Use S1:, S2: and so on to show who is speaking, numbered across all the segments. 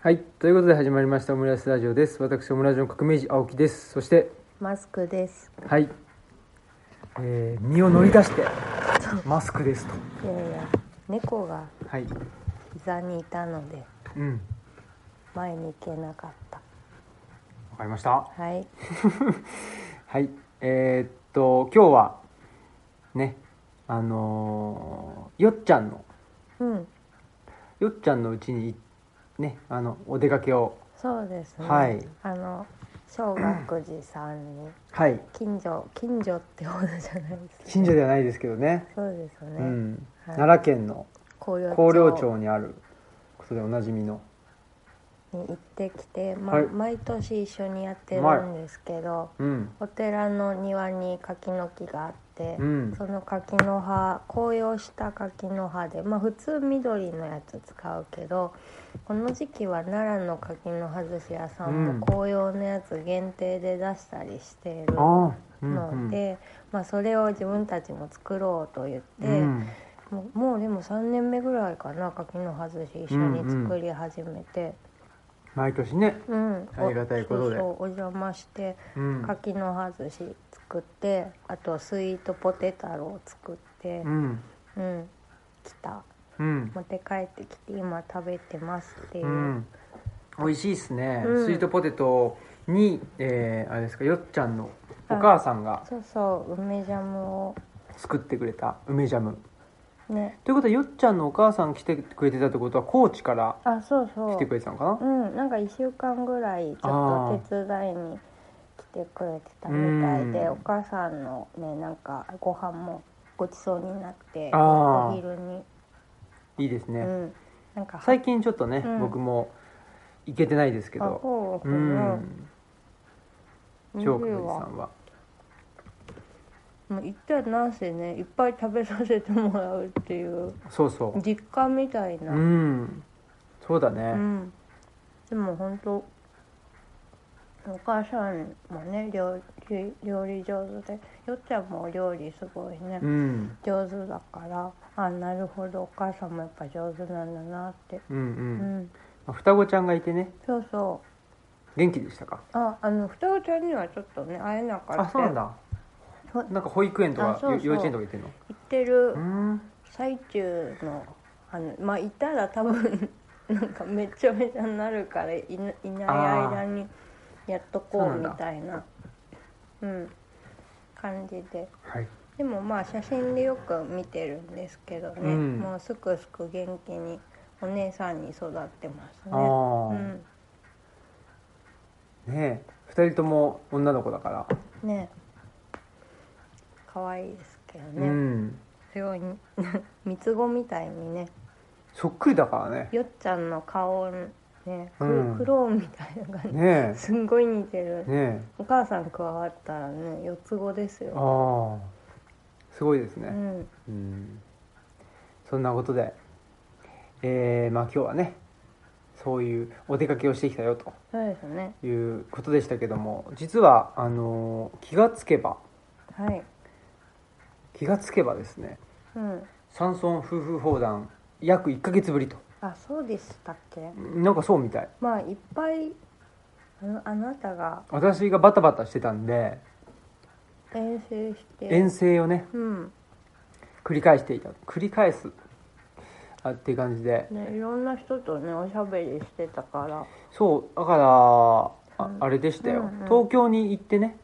S1: はい、ということで始まりましたオムライスラジオです。私オムラジオの革命児青木です。そして
S2: マスクです。
S1: はい、えー身を乗り出してマスクですと。
S2: いやいや、猫が
S1: はい、
S2: 膝にいたので
S1: うん、
S2: 前に行けなかっ
S1: わかりました。
S2: た。はい。
S1: はい、えーっと今日はね、あのーよっちゃんの
S2: うん、
S1: よっちゃんのうちにね、あのお出かけを
S2: そうですね。
S1: はい
S2: あの小学児さんに
S1: はい
S2: 近所近所ってほどじゃないです。
S1: 近所ではないですけどね、
S2: そうですね。
S1: うん、
S2: はい
S1: 奈良県の
S2: 広陵
S1: 広陵
S2: 町
S1: 町にあることでおなじみの。
S2: に行ってきて、ま
S1: はい
S2: 毎年一緒にやってるんですけど、
S1: うん、
S2: お寺の庭に柿の木があって。
S1: うん、
S2: その柿の葉紅葉した柿の葉でまあ普通緑のやつ使うけどこの時期は奈良の柿の葉寿司屋さん
S1: うん
S2: も紅葉のやつ限定で出したりしているの
S1: ああ、う
S2: で、
S1: んうん、
S2: まあ、それを自分たちも作ろうと言って、
S1: うん
S2: もうもうでも3年目ぐらいかな柿の葉寿司一緒に作り始めて、
S1: 毎年ね、
S2: うんお
S1: ありがたいことで
S2: そうそうお邪魔して
S1: うん、
S2: 柿の葉寿司作ってあとスイートポテ太郎作って。
S1: うん、
S2: うん来た
S1: うん、
S2: 持って帰ってきて今食べてますっていうう、
S1: ん、美味しいですね、
S2: うん
S1: スイートポテトに、えー、あれですか、よっちゃんのお母さんが
S2: そうそう梅ジャムを
S1: 作ってくれた梅ジャム。
S2: ね
S1: ということで、よっちゃんのお母さん来てくれてたってことは、高知から
S2: あそうそ
S1: 来
S2: う
S1: てくれてたのかな。
S2: うんなんか1週間ぐらいちょっと手伝いに来てくれてたみたいで
S1: うん
S2: お母さんのねなんかご飯もごちそうになって
S1: あー
S2: お昼に、
S1: いいですね、
S2: うんなんか
S1: 最近ちょっとね、
S2: うん
S1: 僕も行けてないですけ
S2: あ
S1: ど。
S2: そう
S1: う
S2: そう、
S1: ん、
S2: 美味しい
S1: 超
S2: わ
S1: 久保さんは。
S2: もう行ったらなんせねいっぱい食べさせてもらうっていう
S1: そうそう。
S2: 実家みたいな、
S1: うん、そうだね。
S2: うん、でも本当お母さんもね料理料理上手でよっちゃんもお料理すごいね、
S1: うん
S2: 上手だからあなるほどお母さんもやっぱ上手なんだなって、
S1: うんう
S2: うん
S1: まあ
S2: ん、
S1: 双子ちゃんがいてね
S2: そうそ
S1: 元気でしたか
S2: うああの双子ちゃんにはちょっとね会えなかった
S1: あそうなんだ
S2: ほ行
S1: なんか保育園とか
S2: あそうそう
S1: 幼幼稚園とか行ってんの
S2: ってる
S1: うん
S2: 最中のあのまあいたら多分 なんかめちゃめちゃになるからいないない間にやっとこうみたいなうん感じで
S1: はい
S2: でもまあ写真でよく見てるんですけどね、
S1: うん
S2: もうすくすく元気にお姉さんに育ってますね
S1: あ
S2: う
S1: あ
S2: ん
S1: ねえ2人とも女の子だから
S2: ね可愛いですけど
S1: う
S2: ね、
S1: ん
S2: すごい 三つ子みたいにね
S1: そっくりだからね
S2: よっちゃんの顔をね、く
S1: うん
S2: クローンみたいな感じ、
S1: ね
S2: すんごい似てる
S1: えねえ
S2: お母さん加わったらね四つ子ですよ
S1: ああすごいです
S2: う
S1: ね
S2: ん
S1: うんそんなことでえーまあ今日はねそういうお出かけをしてきたよと
S2: そうですね
S1: いうことでしたけども実はあのー気がつけば
S2: はい
S1: 気がつけばですね
S2: うん
S1: 山村夫婦砲弾約1ヶ月ぶりと
S2: あそうでしたっけ
S1: なんかそうみたい
S2: まあいっぱいあのあなたが
S1: 私がバタバタしてたんで
S2: 練習して
S1: 遠征をね
S2: うん、
S1: 繰り返していた繰り返すあっていう感じで
S2: ね、いろんな人とねおしゃべりしてたから
S1: そうだからあ
S2: うん
S1: あれでしたよ、
S2: うんうん
S1: 東京に行ってね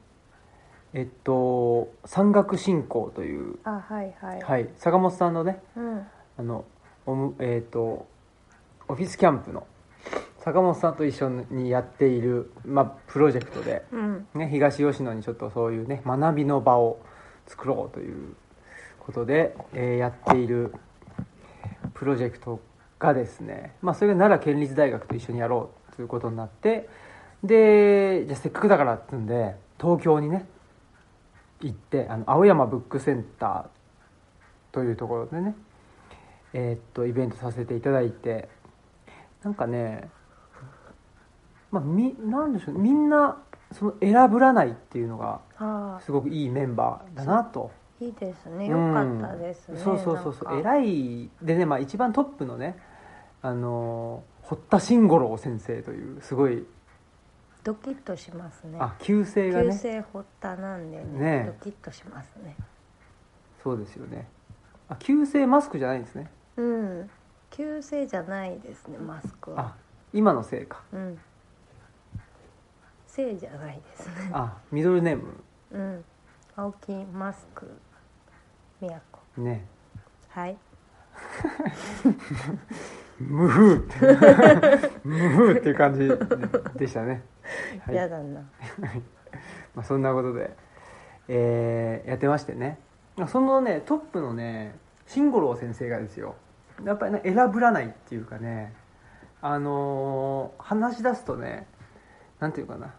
S1: えっと山岳信仰という、
S2: あはいはい、
S1: はい、坂本さんのね
S2: うん
S1: あのおむえっとオフィスキャンプの坂本さんと一緒にやっている、まあ、プロジェクトで
S2: うん
S1: ね、東吉野にちょっとそういうね学びの場を作ろうということで、えーやっているプロジェクトがですね、まあ、それが奈良県立大学と一緒にやろうということになってでじゃあせっかくだからってんで東京にね行ってあの青山ブックセンターというところでねえーっとイベントさせていただいてなんかねまあみなんでしょうみんなその選ぶらないっていうのが
S2: あ
S1: すごくいいメンバーだなと
S2: ーいいですねよかったですね、
S1: うんそうそうそうそう
S2: い
S1: 偉いでね、まあ、一番トップのねあのー堀田慎五郎先生というすごい
S2: ドキッとしますね
S1: あ旧姓が
S2: 急
S1: ね
S2: 性発端なんでね
S1: ねえ
S2: ドキッとしますね
S1: そうですよねあ旧姓マスクじゃないんですね
S2: うん急性じゃないですねマスクは
S1: あ今の姓か
S2: うん性じゃないですね
S1: あミドルネーム
S2: うん青木マスク宮子
S1: ね
S2: はい
S1: ムフー ムフーっていう感じでしたね、はい
S2: 嫌、だな
S1: まあ、そんなことで、えーやってましてねまあそのねトップのね慎五郎先生がですよやっぱりね選ぶらないっていうかねあのー話し出すとねなんていうかな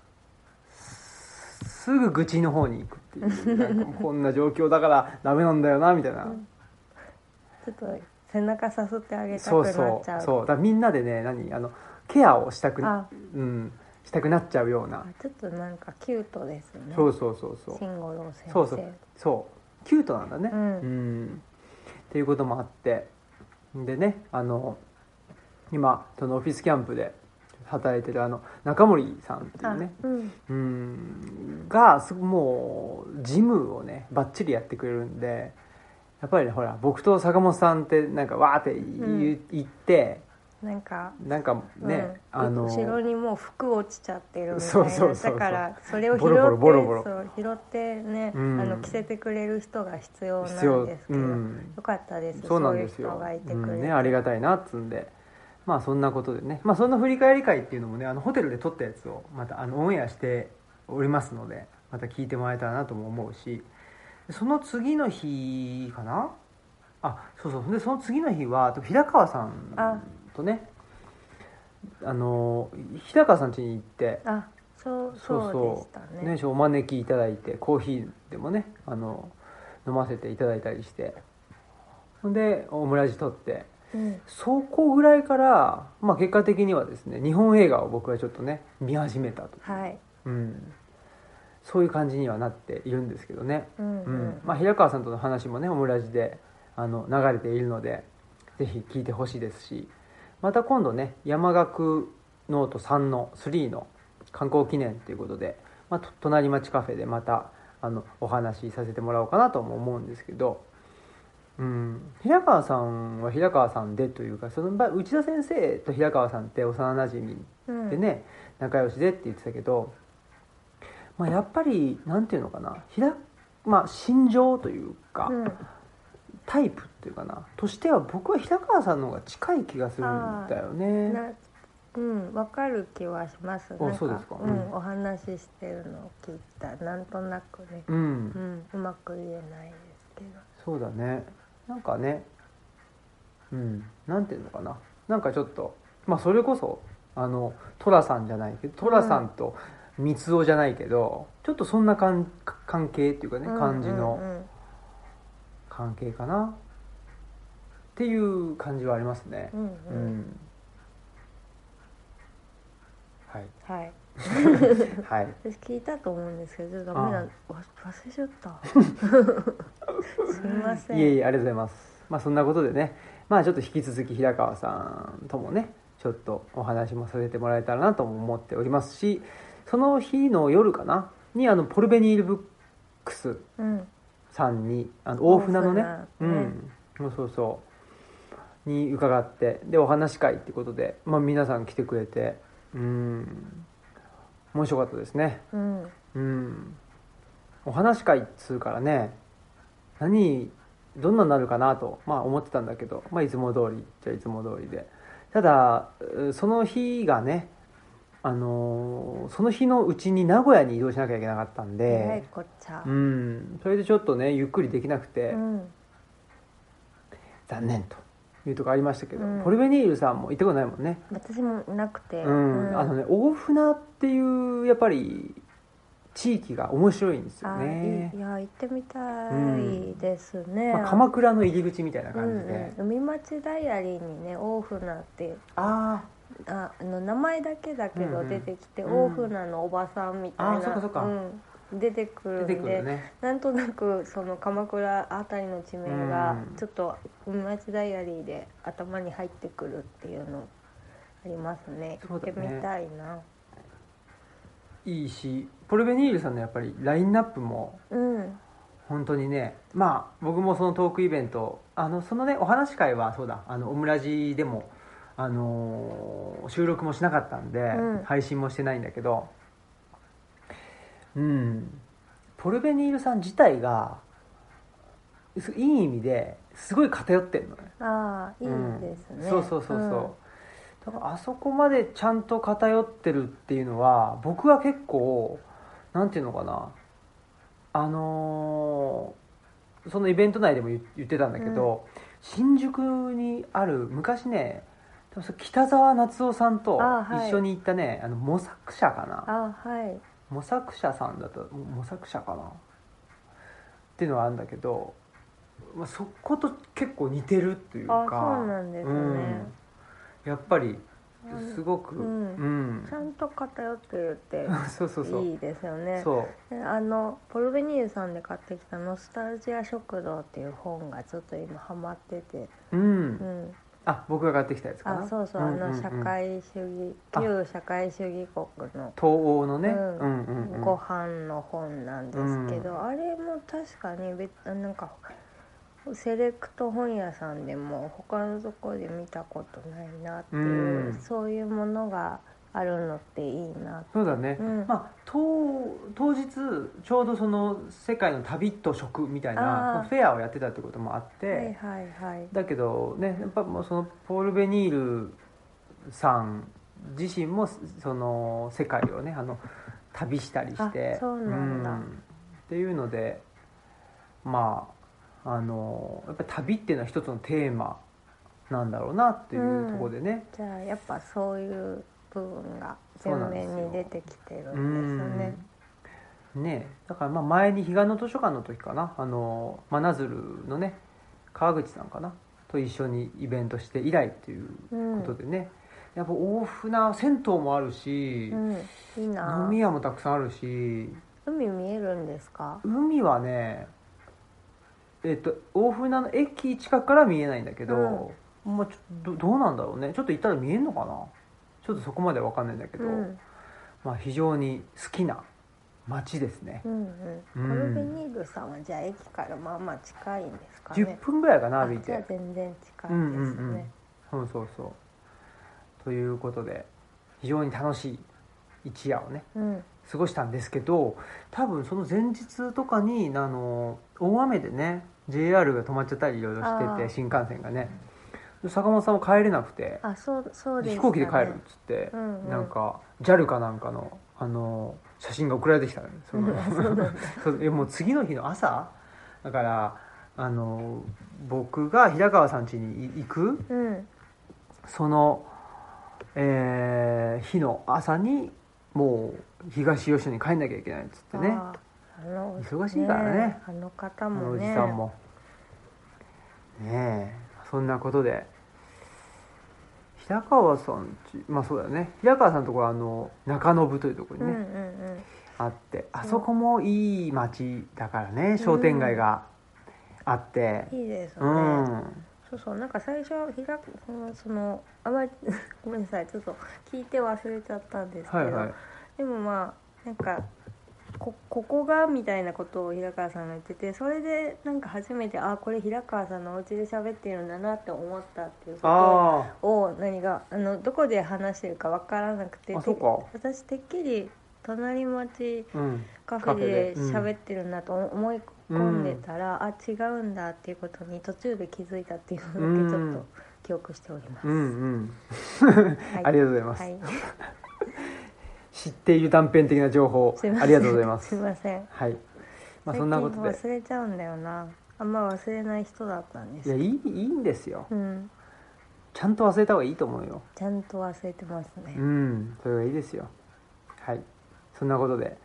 S1: すすぐ愚痴の方に行くっていうなんかもうこんな状況だからダメなんだよなみたいな、
S2: うんちょっと背中さすってあげたく
S1: そ
S2: な
S1: う
S2: っちゃ
S1: そううそうだからみんなでね何あのケアをしたく
S2: あ
S1: うん、したくなっちゃうよう
S2: あ
S1: な、
S2: ちょっとなんかキュートですね
S1: そうそうそうそう
S2: 慎吾郎先生
S1: そうそうそうキュートなんだね
S2: う
S1: うんんっていうこともあってでねあの今そのオフィスキャンプで働いてるあの中森さんってい
S2: あ
S1: うね
S2: うん
S1: うんがすごもうジムをねばっちりやってくれるんでやっぱりねほら僕と坂本さんってなんかわーって言,、
S2: ん
S1: 言って
S2: なんか
S1: なんかね、
S2: うん
S1: あの
S2: 後ろにもう服落ちちゃってるみたいな
S1: そうそうそうそう
S2: だからそれを拾って
S1: ボロボロボロボロ
S2: そう拾ってね、
S1: うん
S2: あの着せてくれる人が必要なんです
S1: 必
S2: けど、
S1: 要うん
S2: よかったです
S1: そうなんですよ。
S2: そういう人がいてくれて、
S1: うんね、ありがたいなっつんで。まあそんなことでね、まあ、そんな振り返り会っていうのもねあのホテルで撮ったやつをまたあのオンエアしておりますのでまた聞いてもらえたらなとも思うしその次の日かなあそうそうでその次の日はあと平川さ
S2: あ
S1: んとねあの平川さん家に行って
S2: あそう
S1: そう
S2: そうで
S1: そ
S2: し
S1: う
S2: た
S1: ね
S2: ね
S1: お招きいただいてコーヒーでもねあの飲ませていただいたりしてほんでオムラジ撮って
S2: うん
S1: そこぐらいから、まあ、結果的にはですね日本映画を僕はちょっとね見始めたと、
S2: はい
S1: うん、そういう感じにはなっているんですけどね、
S2: うん
S1: う
S2: うん、
S1: んまあ、平川さんとの話もねオムラジであの流れているのでぜひ聞いてほしいですしまた今度ね山岳ノート3の3の観光記念ということで、まあ、と隣町カフェでまたあのお話しさせてもらおうかなとも思うんですけど、うん、平川さんは平川さんでというかその場合内田先生と平川さんって幼なじみ
S2: うん
S1: でね仲良しでって言ってたけど、まあ、やっぱりなんていうのかなひら、まあ、心情というか、
S2: うん
S1: タイプっていうかなとしては僕は平川さんの方が近い気がするんだよね。
S2: なうん、わかる気はします
S1: お
S2: なん
S1: そうですか
S2: う
S1: うん
S2: ん、お話ししてるのを聞いたなんとなくね、
S1: う、
S2: うんん、うまく言えないですけど
S1: そうだねなんかねうんなんていうのかななんかちょっとまあそれこそあの寅さんじゃないけど寅さんと三尾じゃないけど、ちょっとそんなかん関係っていうかね感じの。
S2: うんうんうん
S1: 関係かなっていう感じはありますね
S2: う、ん
S1: う
S2: うん
S1: んはい
S2: はい
S1: はい
S2: 私聞いたと思うんですけどちょっとダメだわ忘れちゃったすみません
S1: いえいえありがとうございますまあそんなことでねまあちょっと引き続き平川さんともねちょっとお話もさせてもらえたらなとも思っておりますしその日の夜かなにあのポルベニールブックス
S2: うん
S1: さんにあの大船のね
S2: 大船
S1: う
S2: ね
S1: ん、そうそうそうに伺ってでお話し会ってことで、まあ、皆さん来てくれてうん面白かったですね
S2: うん
S1: うんお話し会っつうからね何どんなになるかなと、まあ、思ってたんだけど、まあ、いつも通りっちゃいつも通りでただうその日がねあのーその日のうちに名古屋に移動しなきゃいけなかったんで、
S2: えらいこっちゃ
S1: うん、それでちょっとねゆっくりできなくて、
S2: うん
S1: 残念というとこありましたけど、
S2: うん
S1: ポルベニールさんも行ったことないもんね、
S2: 私もなくて
S1: うん
S2: うん
S1: あのね大船っていうやっぱり地域が面白いんですよ
S2: あ
S1: ね
S2: いいや行ってみたいですね
S1: まあ、鎌倉の入り口みたいな感じで、
S2: うんうん、海町ダイアリーにね大船って
S1: あ
S2: ああの名前だけだけ
S1: うんう
S2: ど
S1: ん
S2: 出てきて、
S1: うん
S2: 大船のおばさんみたいな
S1: あーそっかそっか
S2: うん、出てく
S1: あ
S2: る
S1: 出て
S2: んで
S1: くるよね
S2: なんとなくその鎌倉あたりの地名が
S1: うん
S2: ちょっと海町ダイアリーで頭に入ってくるっていうのありますね
S1: そ
S2: 行
S1: う
S2: っ
S1: だね
S2: てみたいな
S1: いいしポルベニールさんのやっぱりラインナップも
S2: うん
S1: 本当にねまあ僕もそのトークイベントあのそのねお話し会はそうだあのオムラジでも、あのー収録もしなかったんで、
S2: うん
S1: 配信もしてないんだけどうんポルベニールさん自体がすいい意味ですごい偏ってんのね
S2: ああいいですね、
S1: うんそうそうそうそう、だからあそこまでちゃんと偏ってるっていうのは僕は結構なんていうのかなあのーそのイベント内でも言言ってたんだけど、新宿にある昔ね多分それ北沢夏夫さんと
S2: あはい
S1: 一緒に行ったねあ,、の模索者かな
S2: うんああはい
S1: 模索者さんだと模索者かなっていうのはあるんだけど、まあ、そこと結構似てるっていうか
S2: あそうなんですね
S1: うんやっぱりすごく
S2: う
S1: うんん、
S2: ちゃんと偏ってるって
S1: そうそうそう
S2: いいですよね
S1: そう
S2: であのポルベニールさんで買ってきた「ノスタルジア食堂」っていう本がちょっと今ハマってて、
S1: う
S2: うんん、
S1: あ僕が買ってきたやつかな
S2: あそうそう、
S1: んん
S2: あ
S1: ん
S2: の社会主義
S1: あ
S2: 旧社会主義国の
S1: 東欧のね、う
S2: うんん
S1: うんうん、
S2: ご飯の本なんですけど、
S1: う
S2: あれも確かに別なんかセレクト本屋さんでも他のところで見たことないなっていう、
S1: うん
S2: そういうものがあるのっていいな
S1: そうだね、
S2: うん
S1: まあ、当当日ちょうどその世界の旅と食みたいな
S2: あー
S1: フェアをやってたってこともあって、
S2: はいはいはい
S1: だけどねやっぱもうそのポール・ベニールさん自身もその世界をねあの旅したりして
S2: あそうなんだ
S1: っていうのでまああのやっぱ旅っていうのは一つのテーマなんだろうなっていうところでね、
S2: じゃあやっぱそういう部分が
S1: そう
S2: 前
S1: なんですよ
S2: 面に出てきてる
S1: うん
S2: ですね
S1: んねえだからまあ前に彼岸の図書館の時かなあの真鶴のね川口さんかなと一緒にイベントして以来っていう
S2: うん
S1: ことでね、やっぱ大船銭湯もあるし、
S2: うん、いい
S1: 飲
S2: な
S1: み屋もたくさんあるし
S2: 海見えるんですか
S1: 海はねえっと大船の駅近くから見えないんだけど、まあ、ちょどどうなんだろうねちょっと行ったら見えるのかなちょっとそこまでわかんないんだけど、
S2: うん
S1: まあ、非常に好きな街ですね、
S2: うんう
S1: うん
S2: ん、コルベニールさんはじゃあ駅からまあまあ近いんですかね
S1: 10分ぐらいかな
S2: あ
S1: 歩い
S2: じゃあ
S1: て
S2: 全然近い
S1: うんうんう
S2: です
S1: ん
S2: ね
S1: そうそうそうということで非常に楽しい一夜をね
S2: うん
S1: 過ごしたんですけど多分その前日とかにあの大雨でね JR が止まっちゃったりいろいろし
S2: あ
S1: てて
S2: ー
S1: 新幹線がねで坂本さんも帰れなくて、
S2: あそうそうです
S1: 飛行機で帰るっつって、
S2: うんうん
S1: なんか JAL かなんかのあの写真が送られてきたのよその そうえもう次の日の朝だからあの僕が平川さん家にい行く
S2: うん
S1: その、えー日の朝にもう東吉野に帰んなきゃいけないっつってね
S2: ああの
S1: 忙しいからね
S2: あの方
S1: あの
S2: も
S1: おじ
S2: ね
S1: さんもねえそんなことで平川さんちまあそうだよね平川さんのとこはあの中延というとこ
S2: う
S1: ろ
S2: ん
S1: に
S2: う
S1: ね、
S2: んうん
S1: あってあそこもいい街だからね商店街があって
S2: いいですね、
S1: うん、
S2: そうそうなんか最初開くそのそのあまり ごめんなさいちょっと聞いて忘れちゃったんですけど、
S1: はいはい
S2: でもまあなんかこここがみたいなことを平川さんが言っててそれでなんか初めてあこれ平川さんのお家で喋ってるんだなって思ったっていうこ
S1: ああ
S2: とを何があのどこで話してるか分からなくて
S1: あそうか
S2: て私てっきり隣町
S1: うん
S2: カフ
S1: カ
S2: ェで
S1: フェでうん
S2: 喋ってるなと思い込んでたら、あ違うんだっていうことに途中で気づいたっていうのだけちょっと記憶しております。
S1: うんうん
S2: は
S1: ありがとうございます、
S2: はい、
S1: 知っている断片的な情報
S2: すいません
S1: ありがとうございますす
S2: いません。
S1: はいまあそんなことで
S2: 最近忘れちゃうんだよなあんま忘れない人だったんで
S1: いや
S2: す
S1: いいいいんですよ
S2: うん
S1: ちゃんと忘れた方がいいと思うよ
S2: ちゃんと忘れてますね
S1: うんそれがいいですよはいそんなことで、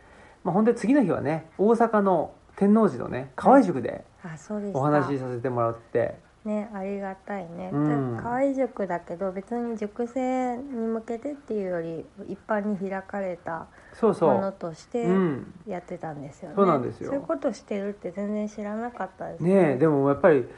S1: まあ、ほんで次の日はね大阪の天王寺のね河合塾で
S2: あそうでした
S1: お話しさせてもらって
S2: ねありがたいね、
S1: うん
S2: 可愛い塾だけど別に塾生に向けてっていうより一般に開かれた
S1: そうそ
S2: もの
S1: う
S2: として
S1: うん
S2: やってたんですよね、
S1: そうなんですよ
S2: そういうことしてるって全然知らなかったです
S1: ねえでもやっぱり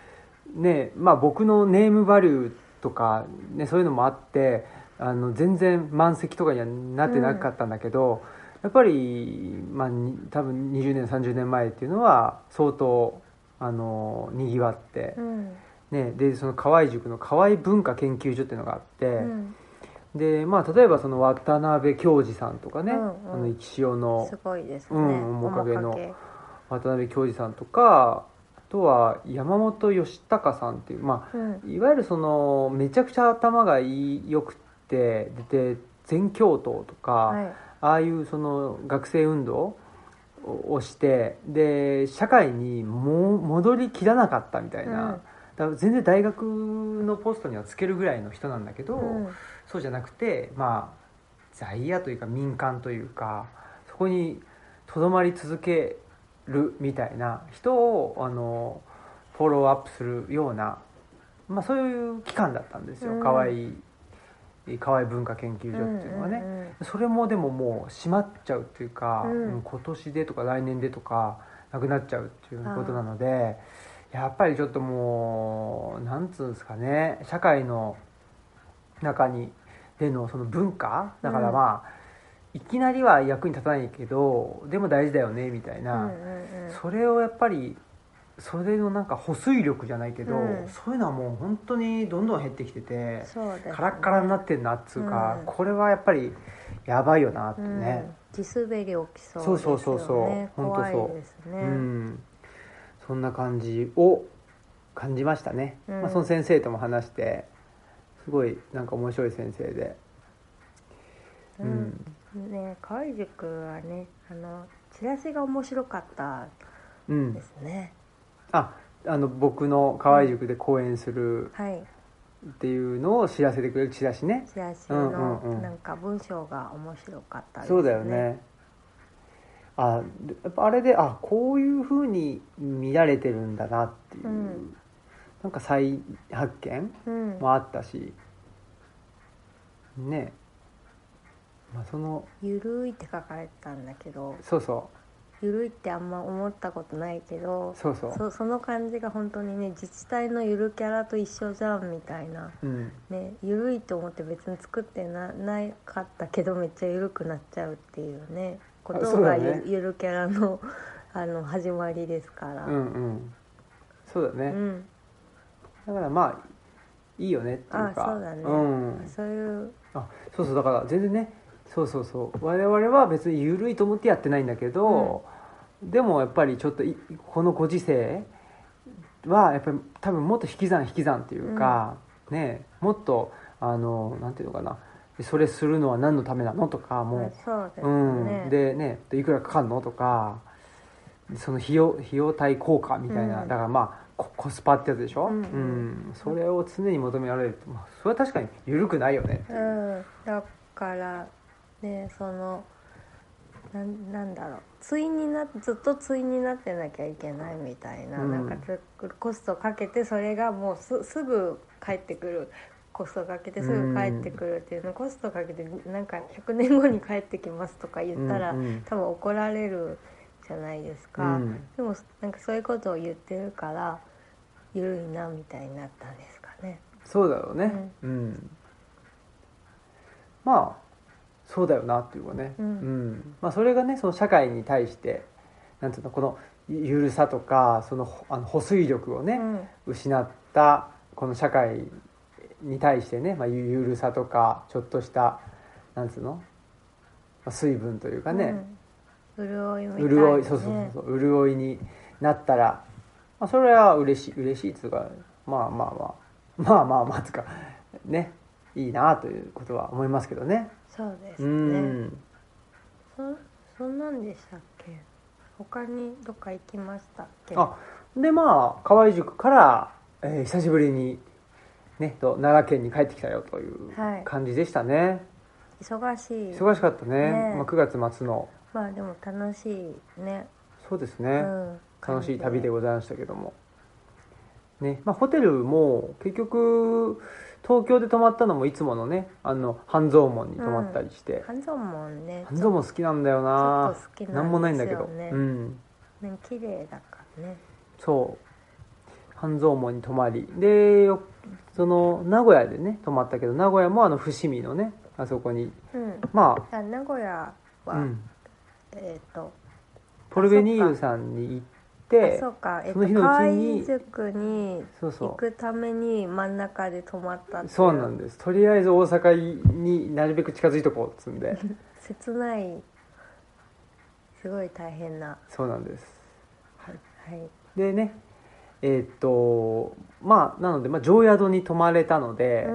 S1: ねえまあ僕のネームバリューとか、ね、そういうのもあってあの全然満席とかにはなってなかったんだけど、やっぱり、まあ、に多分20年30年前っていうのは相当あのにぎわって
S2: う、ん
S1: ね、でその河合塾の河合文化研究所っていうのがあって、
S2: うん
S1: でまあ、例えばその渡辺教授さんとかね、
S2: うんうん
S1: あの生き潮の
S2: すごいですね、
S1: うん面影の
S2: 面
S1: 渡辺教授さんとかあとは山本義孝さんっていう、ま
S2: 影うん
S1: あ、いわゆるそのめちゃくちゃ頭がいいよくてで全教頭とか、
S2: はい
S1: ああいうその学生運動ををしてで社会にも戻りきらなかったみたいな、
S2: うん
S1: だから全然大学のポストにはつけるぐらいの人なんだけど、
S2: うん
S1: そうじゃなくてまあ在野というか民間というかそこにとどまり続けるみたいな人をあのフォローアップするような、まあ、そういう機関だったんですよ、
S2: うん
S1: 河合河合文化研究所っていうのはね。
S2: んうんうん
S1: それもでももう閉まっちゃうっていうか、
S2: うん
S1: うん今年でとか来年でとかなくなっちゃうっていうことなのでやっぱりちょっともうなんつうんですかね社会の中にでのその文化だからまあ、いきなりは役に立たないけどでも大事だよねみたいな、
S2: うんうんうん
S1: それをやっぱりそれのなんか保水力じゃないけど、
S2: うん
S1: そういうのはもう本当にどんどん減ってきてて。
S2: そうですね
S1: カラッカラになってんなっつうか、
S2: うん
S1: これはやっぱりやばいよなって
S2: うん
S1: ね、
S2: 地滑り起きそう
S1: そうそうそうそう
S2: ですよね
S1: ほんとそう
S2: 怖いですね
S1: うんそんな感じを感じましたね、
S2: うん
S1: まあ、その先生とも話してすごいなんか面白い先生で、う
S2: うん
S1: ん
S2: ね河合塾はねあのチラシが面白かった
S1: うん
S2: ですね、
S1: ああの僕の河合塾で講演する
S2: はい
S1: っていうのを知らせてくれるチラシね
S2: チラシ
S1: うんうんう
S2: の
S1: ん
S2: なんか文章が面白かったですね、
S1: そうだよねあでやっぱあれであこういうふうに見られてるんだなっていう、
S2: うん
S1: なんか再発見
S2: うん、
S1: もあったしねまあその
S2: ゆるいって書かれてたんだけど
S1: そうそ
S2: ゆるいってあんま思ったことないけど
S1: うそうそう
S2: そその感じが本当にね自治体のゆるキャラと一緒じゃんみたいな
S1: うん
S2: ねゆるいと思って別に作ってなないかったけどめっちゃゆるくなっちゃうっていうねこ
S1: そ
S2: と
S1: うだ
S2: がゆ,、
S1: ね
S2: ゆるキャラの あの始まりですから、
S1: うんうんそうだ
S2: う
S1: ね、
S2: ん
S1: だからまあいいよねっていうか
S2: あそうだね
S1: ん、
S2: そういう
S1: あそうそうだから全然ねそうそうそう我々は別に緩いと思ってやってないんだけど、でもやっぱりちょっといこのご時世はやっぱり多分もっと引き算引き算っていうか、ねもっとあのなんていうのかなそれするのは何のためなのとかもう、
S2: あそうです
S1: う
S2: ね、
S1: ん、でねでいくらかかるのとかその費用費用対効果みたいな、
S2: うん
S1: だからまあココスパってやつでしょ、
S2: うんうん
S1: うんそれを常に求められると、まあ、それは確かに緩くないよねっていう
S2: うん、だからねそのなんなんだろう対になずっと対になってなきゃいけないみたいな,、
S1: うん
S2: なんかずコストかけてそれがもうすすぐ返ってくるコストかけてすぐ返ってくるっていうの、コストかけてなんか100年後に返ってきますとか言ったら、
S1: うんうん
S2: 多分怒られるじゃないですか、
S1: うん
S2: でもなんかそういうことを言ってるから緩いなみたいになったんですかね。
S1: そうだろうねうん、まあそうだよなっていうかね、
S2: うん
S1: まあ、それがねその社会に対してなんていうのこのゆるさとかそのほあの保水力をね、
S2: うん
S1: 失ったこの社会に対してね、まあ、ゆゆるさとかちょっとしたなんつうの、まあ、水分というかね、
S2: うん、潤いみたいな、ね、
S1: 潤いそうそうそうそう潤いになったら、まあ、それは嬉しい嬉しいっつうかまあまあまあまあまあまあつうかねいいなということは思いますけどね。
S2: そうです
S1: う
S2: ね
S1: ん
S2: そそんなんでしたっけ他にどっか行きましたっけ
S1: あでまあ河合塾から、えー久しぶりに、ね、と奈良県に帰ってきたよという
S2: はい
S1: 感じでしたね。
S2: 忙しい
S1: 忙しかったね
S2: ねえ
S1: まあ、9月末の
S2: まあでも楽しいね、
S1: そうですね、
S2: うん、
S1: 楽しい旅で
S2: ご
S1: ございましたけどもねまあ、ホテルも結局東京で泊まったのもいつものねあの半蔵門に泊まったりして、
S2: 半蔵門ね
S1: 半蔵門好きなんだよな
S2: ちょっと好きなんですよね
S1: なんもないんだけどうん
S2: ね綺麗だからね
S1: そう半蔵門に泊まりでよその名古屋でね泊まったけど名古屋もあの伏見のねあそこに
S2: うん
S1: ま
S2: あ名古屋
S1: あ、
S2: は、
S1: うん、
S2: えっ、と
S1: ポルベニーユさんに行っ
S2: あ
S1: て
S2: そうか、えっ
S1: そ
S2: と
S1: の日のうちに
S2: 海塾に
S1: そうそう
S2: 行くために真ん中で泊まったってい
S1: そうなんですとりあえず大阪になるべく近づいとこうっつん で
S2: 切ないすごい大変な
S1: そうなんです
S2: はい
S1: でねえーっとまあなので、まあ、常宿に泊まれたので、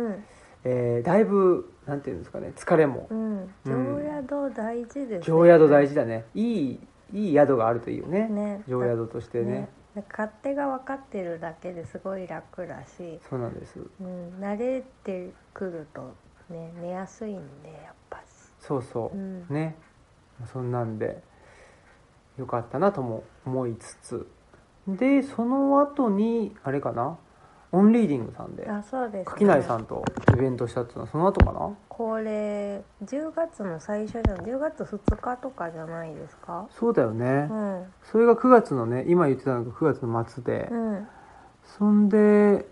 S1: えーだいぶなんていうんですかね疲れも
S2: うんうん
S1: うん
S2: 常宿大事ですね
S1: 常宿大事だねいいいい宿があるといいよね
S2: ね
S1: 常宿としてね
S2: だ勝手が分かってるだけですごい楽だし、
S1: そうなんです
S2: うん、慣れてくるとね寝やすいんでやっぱし
S1: そうそう、
S2: うん
S1: ねそんなんでよかったなとも思いつつでその後にあれかなオンリーディングさんで
S2: あそうです、ね、
S1: 垣内さんとイベントしたっていうのはその後かな
S2: 恒例10月の最初じゃん10月2日とかじゃないですか
S1: そうだよね、
S2: うん
S1: それが9月のね今言ってたのが9月の末で、
S2: うん
S1: そんでえ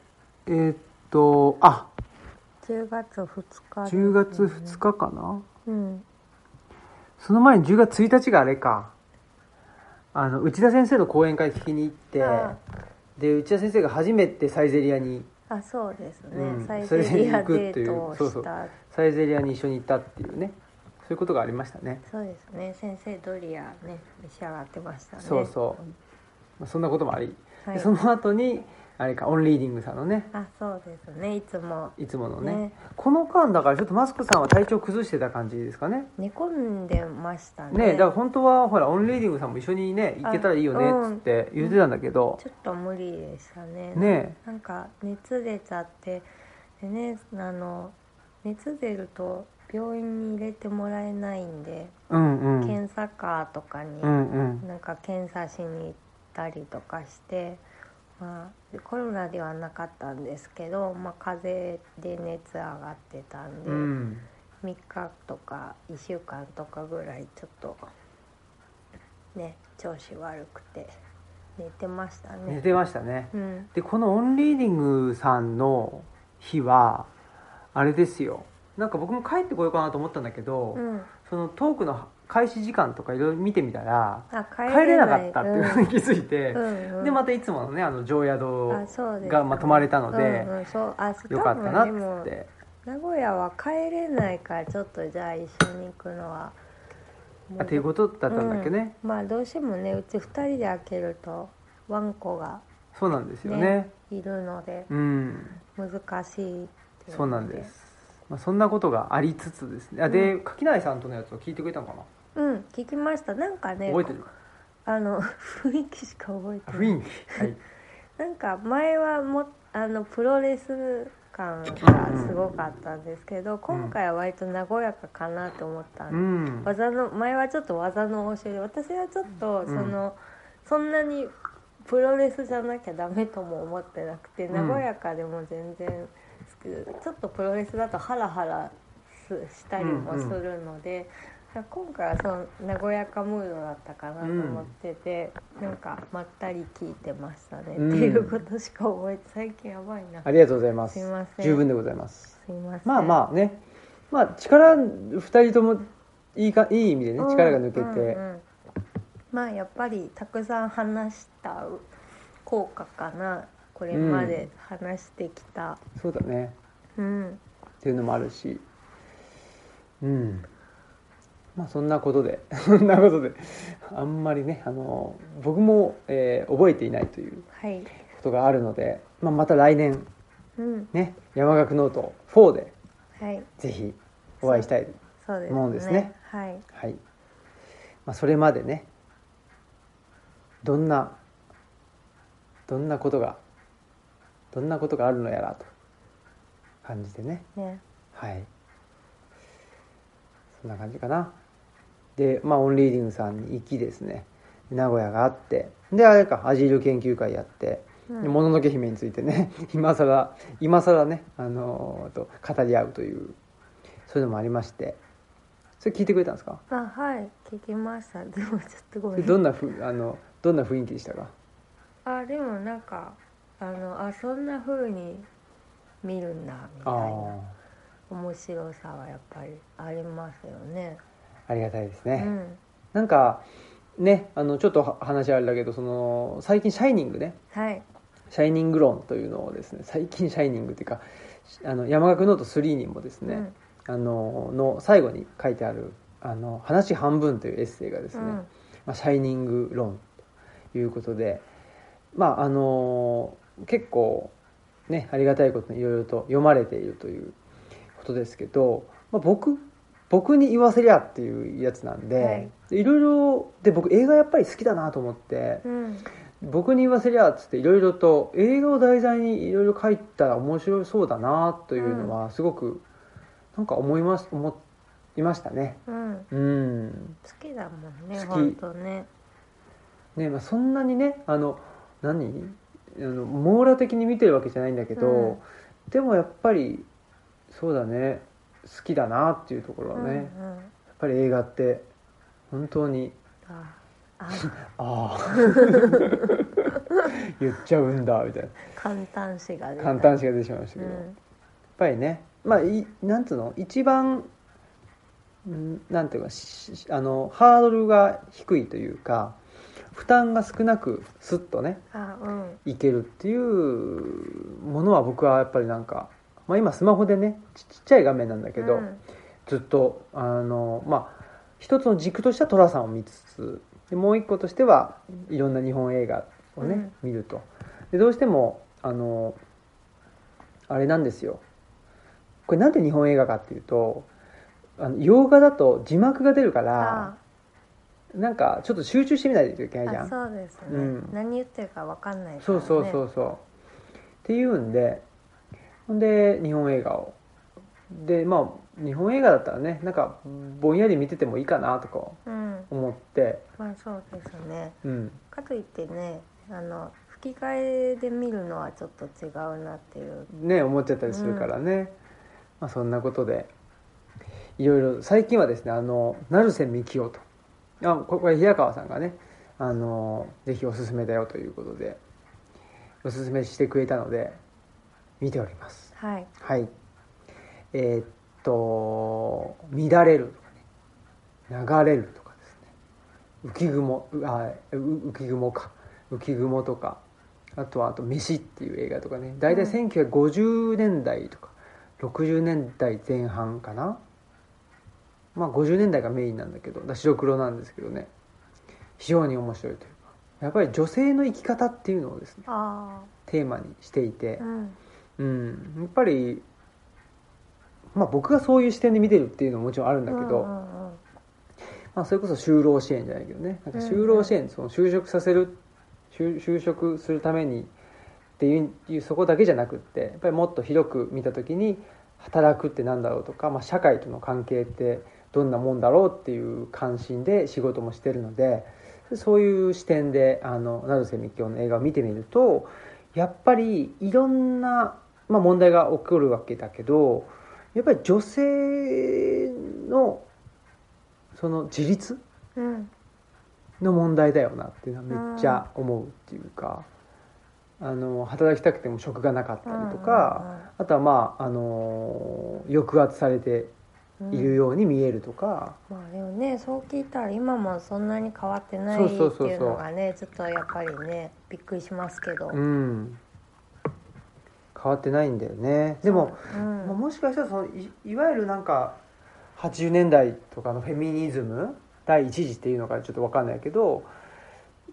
S1: ーっとあ
S2: 10月2日ですね、
S1: 10月2日かな
S2: うん
S1: その前に10月1日があれかあの内田先生の講演会聞きに行って
S2: あ
S1: で内田先生が初めてサイゼリアに
S2: あそうですね、
S1: うん
S2: サイゼリアデートをした
S1: そ
S2: そうう
S1: そうサイゼリアに一緒に行ったっていうねそういうことがありましたね
S2: ですね先生ドリアね召し上がってましたね
S1: そうそう、まあ、そんなこともあり、
S2: う、はい
S1: で、その後にあれかオンリーディングさんのね
S2: あそうですねいつも
S1: いつものね
S2: ね
S1: この間だからちょっとマスクさんは体調崩してた感じですかね
S2: 寝込んでましたね
S1: ねだから本当はほらオンリーディングさんも一緒にね行けたらいいよねっつって言ってたんだけど、
S2: ちょっと無理でしたね
S1: ね
S2: なんか熱出ちゃってでねあの熱出ると病院に入れてもらえないんで、
S1: うんうん
S2: 検査カーとかに、
S1: うんうん
S2: なんか検査しに行ったりとかして、まあ、コロナではなかったんですけど、まあ、風邪で熱上がってたんで、
S1: うん
S2: 3日とか1週間とかぐらいちょっとね調子悪くて寝てました
S1: 寝
S2: ね。
S1: てましたね
S2: うん、
S1: でこのオンリーディングさんの日はあれですよなんか僕も帰ってこようかなと思ったんだけど、
S2: うん、
S1: そのトークの開始時間とかいろいろ見てみたら
S2: あ帰
S1: 帰
S2: れ
S1: れなか
S2: ない
S1: ったっていうのに気づいて、
S2: うんうん、
S1: でまたいつものねあの常宿
S2: あそうです
S1: がまあ泊まれたので
S2: うんうん、そうあそう
S1: よかったなっ
S2: 多分で
S1: つっ
S2: も
S1: て
S2: 名古屋は帰れないからちょっとじゃあ一緒に行くのは
S1: あということだったんだっけね、
S2: うんまあどうしてもねうち2人で開けるとワンコが
S1: そうなんですよね
S2: ねいるので
S1: うん
S2: 難しいってい
S1: そうなんです、まあ、そんなことがありつつですねあで、垣内さんとのやつを聞いてくれたのかな
S2: うん聞きましたなんかね
S1: 覚えてる
S2: あの雰囲気しか覚えてない
S1: 雰囲気はい
S2: なんか前はもあのプロレス感がすごかったんですけど、今回は割と和やかかなと思ったん
S1: う
S2: で、
S1: ん
S2: 技の前はちょっと技の応酬で私はちょっと
S1: ん
S2: その、そんなにプロレスじゃなきゃダメとも思ってなくて
S1: うん
S2: 和やかでも全然好きちょっとプロレスだとハラハラすしたりもするので、今回はその和やかムードだったかなと思ってて、なんかまったり聞いてましたね、
S1: うん
S2: っていうことしか覚えて最近やばいな、
S1: ありがとうございます
S2: すいません
S1: 十分でございます
S2: すいません
S1: まあまあねまあ力2人ともいいかいい意味でね
S2: うん
S1: 力が抜けて、
S2: うんうんまあやっぱりたくさん話した効果かなこれまで話してきた、
S1: そうだね
S2: うん
S1: っていうのもあるしうんまあそんなことで そんなことであんまりねあの僕も、えー覚えていないという
S2: はい、
S1: ことがあるので、まあ、また来年
S2: うん
S1: ね山岳ノート4で
S2: はい、
S1: ぜひお会いしたい、
S2: そうですね
S1: もうですね
S2: はい
S1: はいまあ、それまでねどんなどんなことがどんなことがあるのやらと感じてね
S2: ね
S1: はいそんな感じかなでまあオンリーディングさんに行きですね名古屋があってであれかアジール研究会やって
S2: う
S1: で
S2: ん
S1: もののけ姫についてね 今更今更ね、あのーと語り合うというそういうのもありましてそれ聞いてくれたんですか
S2: あはい聞きましたでもちょっとご
S1: そ
S2: め
S1: れど
S2: ん
S1: んなふあのどんな雰囲気でしたか
S2: あでもなんかあのあそんな風に見るんだみたいな
S1: あ
S2: 面白さはやっぱりありますよね。
S1: あありがたいです
S2: う
S1: ね、
S2: ん、
S1: なんかねあのちょっとは話あれだけどその最近「シャイニングね」
S2: はい
S1: シャイニング論」というのをですね最近「シャイニング」っていうかあの山岳ノート3にもですね、
S2: うん
S1: あのの最後に書いてある「あの話半分」というエッセイがです
S2: う
S1: ね、
S2: ん
S1: まあ、シャイニング論ということで、まああの結構、ね、ありがたいことにいろいろと読まれているということですけど、まあ、僕僕に言わせりゃっていうやつなんで、でいろいろで僕映画やっぱり好きだなと思って
S2: う、ん
S1: 僕に言わせりゃっつっていろいろと映画を題材にいろいろ書いたら面白そうだなというのはすごくなんか思います思いましたね。
S2: うん、
S1: うん
S2: 好きだもんね
S1: 好き
S2: 本当ね。
S1: ねまあ、そんなにねあの何あの網羅的に見てるわけじゃないんだけど、
S2: うん
S1: でもやっぱりそうだね好きだなっていうところはね、
S2: うんう
S1: やっ
S2: ん、
S1: ぱり映画って本当に
S2: ああ
S1: ああ 言っちゃうんだみたい
S2: 簡単詞が出
S1: な
S2: た
S1: 簡単しが出てしまいましたけど、やっぱりねまあいなんつうの一番んなんていうかししあのハードルが低いというか負担が少なくスッとね
S2: うん、あうん
S1: いけるっていうものは僕はやっぱりなんか、まあ、今スマホでねちちっちゃい画面なんだけど、
S2: うん
S1: ずっとあのまあ一つの軸としては寅さんを見つつでもう一個としてはいろんな日本映画をね、見るとでどうしてもあのあれなんですよこれなんで日本映画かっていうとあの洋画だと字幕が出るから
S2: あ
S1: なんかちょっと集中してみないといけないじゃ
S2: あ
S1: ん
S2: そうですね、
S1: うん
S2: 何言ってるかわかんないから
S1: そう
S2: ね
S1: そうそうそう、っていうんでほんで日本映画をでまあ日本映画だったらねなんかぼんやり見ててもいいかなとか
S2: うん
S1: 思って
S2: まあそうですね
S1: うん
S2: かといってねあの吹き替えで見るのはちょっと違うなっていう
S1: ね思っちゃったりするからね、まあそんなことでいろいろ最近はですねあの成瀬幹雄とあここれ平川さんがねあのぜひおすすめだよということでおすすめしてくれたので見ております
S2: はい
S1: はい。えーっと、乱れるとかね、流れるとかですね。浮雲、うあう浮雲か。浮雲とか、あとは、あと、飯っていう映画とかね。大体
S2: う
S1: 1950年代とか、60年代前半かな。まあ、50年代がメインなんだけど、だ白黒なんですけどね。非常に面白いというか。やっぱり女性の生き方っていうのをですね、
S2: あ
S1: テーマにしていて。
S2: あうん
S1: うん、やっぱり、まあ、僕がそういう視点で見てるっていうのももちろんあるんだけど、
S2: うんうん
S1: まあ、それこそ就労支援じゃないけどねなんか就労支援、その就職させる就就職するためにっていういうそこだけじゃなくってやっぱりもっと広く見た時に働くってなんだろうとか、まあ、社会との関係ってどんなもんだろうっていう関心で仕事もしてるのでそういう視点であの成瀬幹雄の映画を見てみるとやっぱりいろんな、まあ、問題が起こるわけだけどやっぱり女性のその自立
S2: うんうん
S1: の問題だよなっていうのはめっちゃ思うっていうか、あの働きたくても職がなかったりとか、あとはまあ、あの抑圧されて
S2: うんうん
S1: いるように見えるとか、
S2: まあでもねそう聞いたら今もそんなに変わってな
S1: そ
S2: いっ
S1: う
S2: て
S1: そうそうそう
S2: いうのがねちょっとやっぱりねびっくりしますけど、
S1: うん変わってないんだよねでも、
S2: うん
S1: まあもしかしたらそのいいわゆるなんか80年代とかのフェミニズム第一次っていうのかちょっと分かんないけど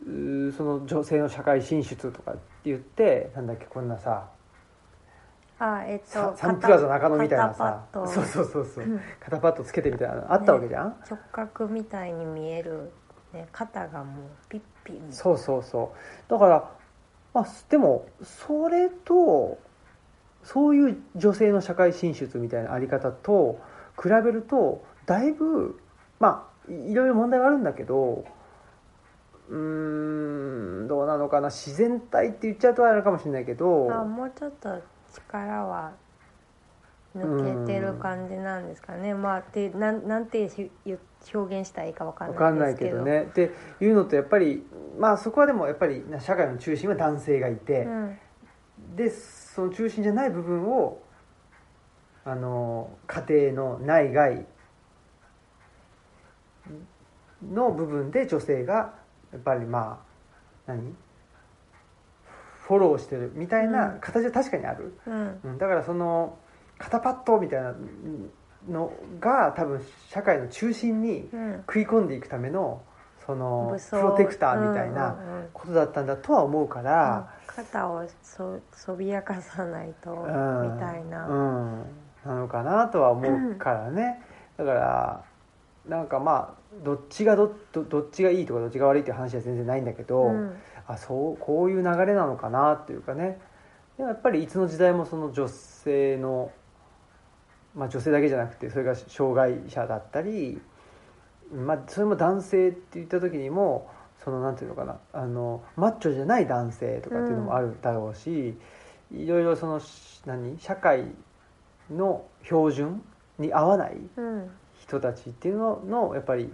S1: うーその女性の社会進出とかって言ってなんだっけこんなさ
S2: あえっ
S1: サ
S2: と
S1: サンプラザ中野みたいなさ
S2: 肩パッド
S1: そうそうそうそう
S2: うん
S1: 肩パッドつけてみたいなのあったわけじゃん、
S2: 直角みたいに見える、ね、肩がもうピッピみたい
S1: そうそうそうだからまあでもそれとそういう女性の社会進出みたいなあり方と比べるとだいぶまあいいろいろ問題はあるんだけどうーんどうなのかな自然体って言っちゃうとあれかもしれないけど
S2: なあもうちょっと力は抜けてる感じなんですかね、まあでなんなんてしゆ表現したらいいかわか
S1: わか
S2: ん
S1: ん
S2: な
S1: ないいけ
S2: ですけど
S1: どねっていうのとやっぱりまあそこはでもやっぱり社会の中心は男性がいて、
S2: うん
S1: でその中心じゃない部分をあの家庭の内外の部分で女性がやっぱりまあ何フォローしてるみたいな形は確かにある、
S2: うん
S1: うん、だからその肩パッドみたいなのが多分社会の中心に
S2: うん
S1: 食い込んでいくためのその
S2: 武装
S1: プロテクターみたい
S2: うん
S1: な
S2: うんうん
S1: ことだったんだとは思うから、
S2: 肩をそそびやかさないと
S1: う
S2: み
S1: ん
S2: たいな、
S1: うん、なのかなとは思うからね、だからなんかまあどっちがどどどっちがいいとかどっちが悪いっていう話は全然ないんだけど、
S2: うん
S1: あそうこういう流れなのかなっていうかねでもやっぱりいつの時代もその女性の、まあ、女性だけじゃなくてそれが障害者だったり、まあ、それも男性って言った時にもそのなんていうのかなあのマッチョじゃない男性とかっていうのもあるだろうし、いろいろそのし何社会の標準に合わない
S2: うん
S1: 人たちっていうののやっぱり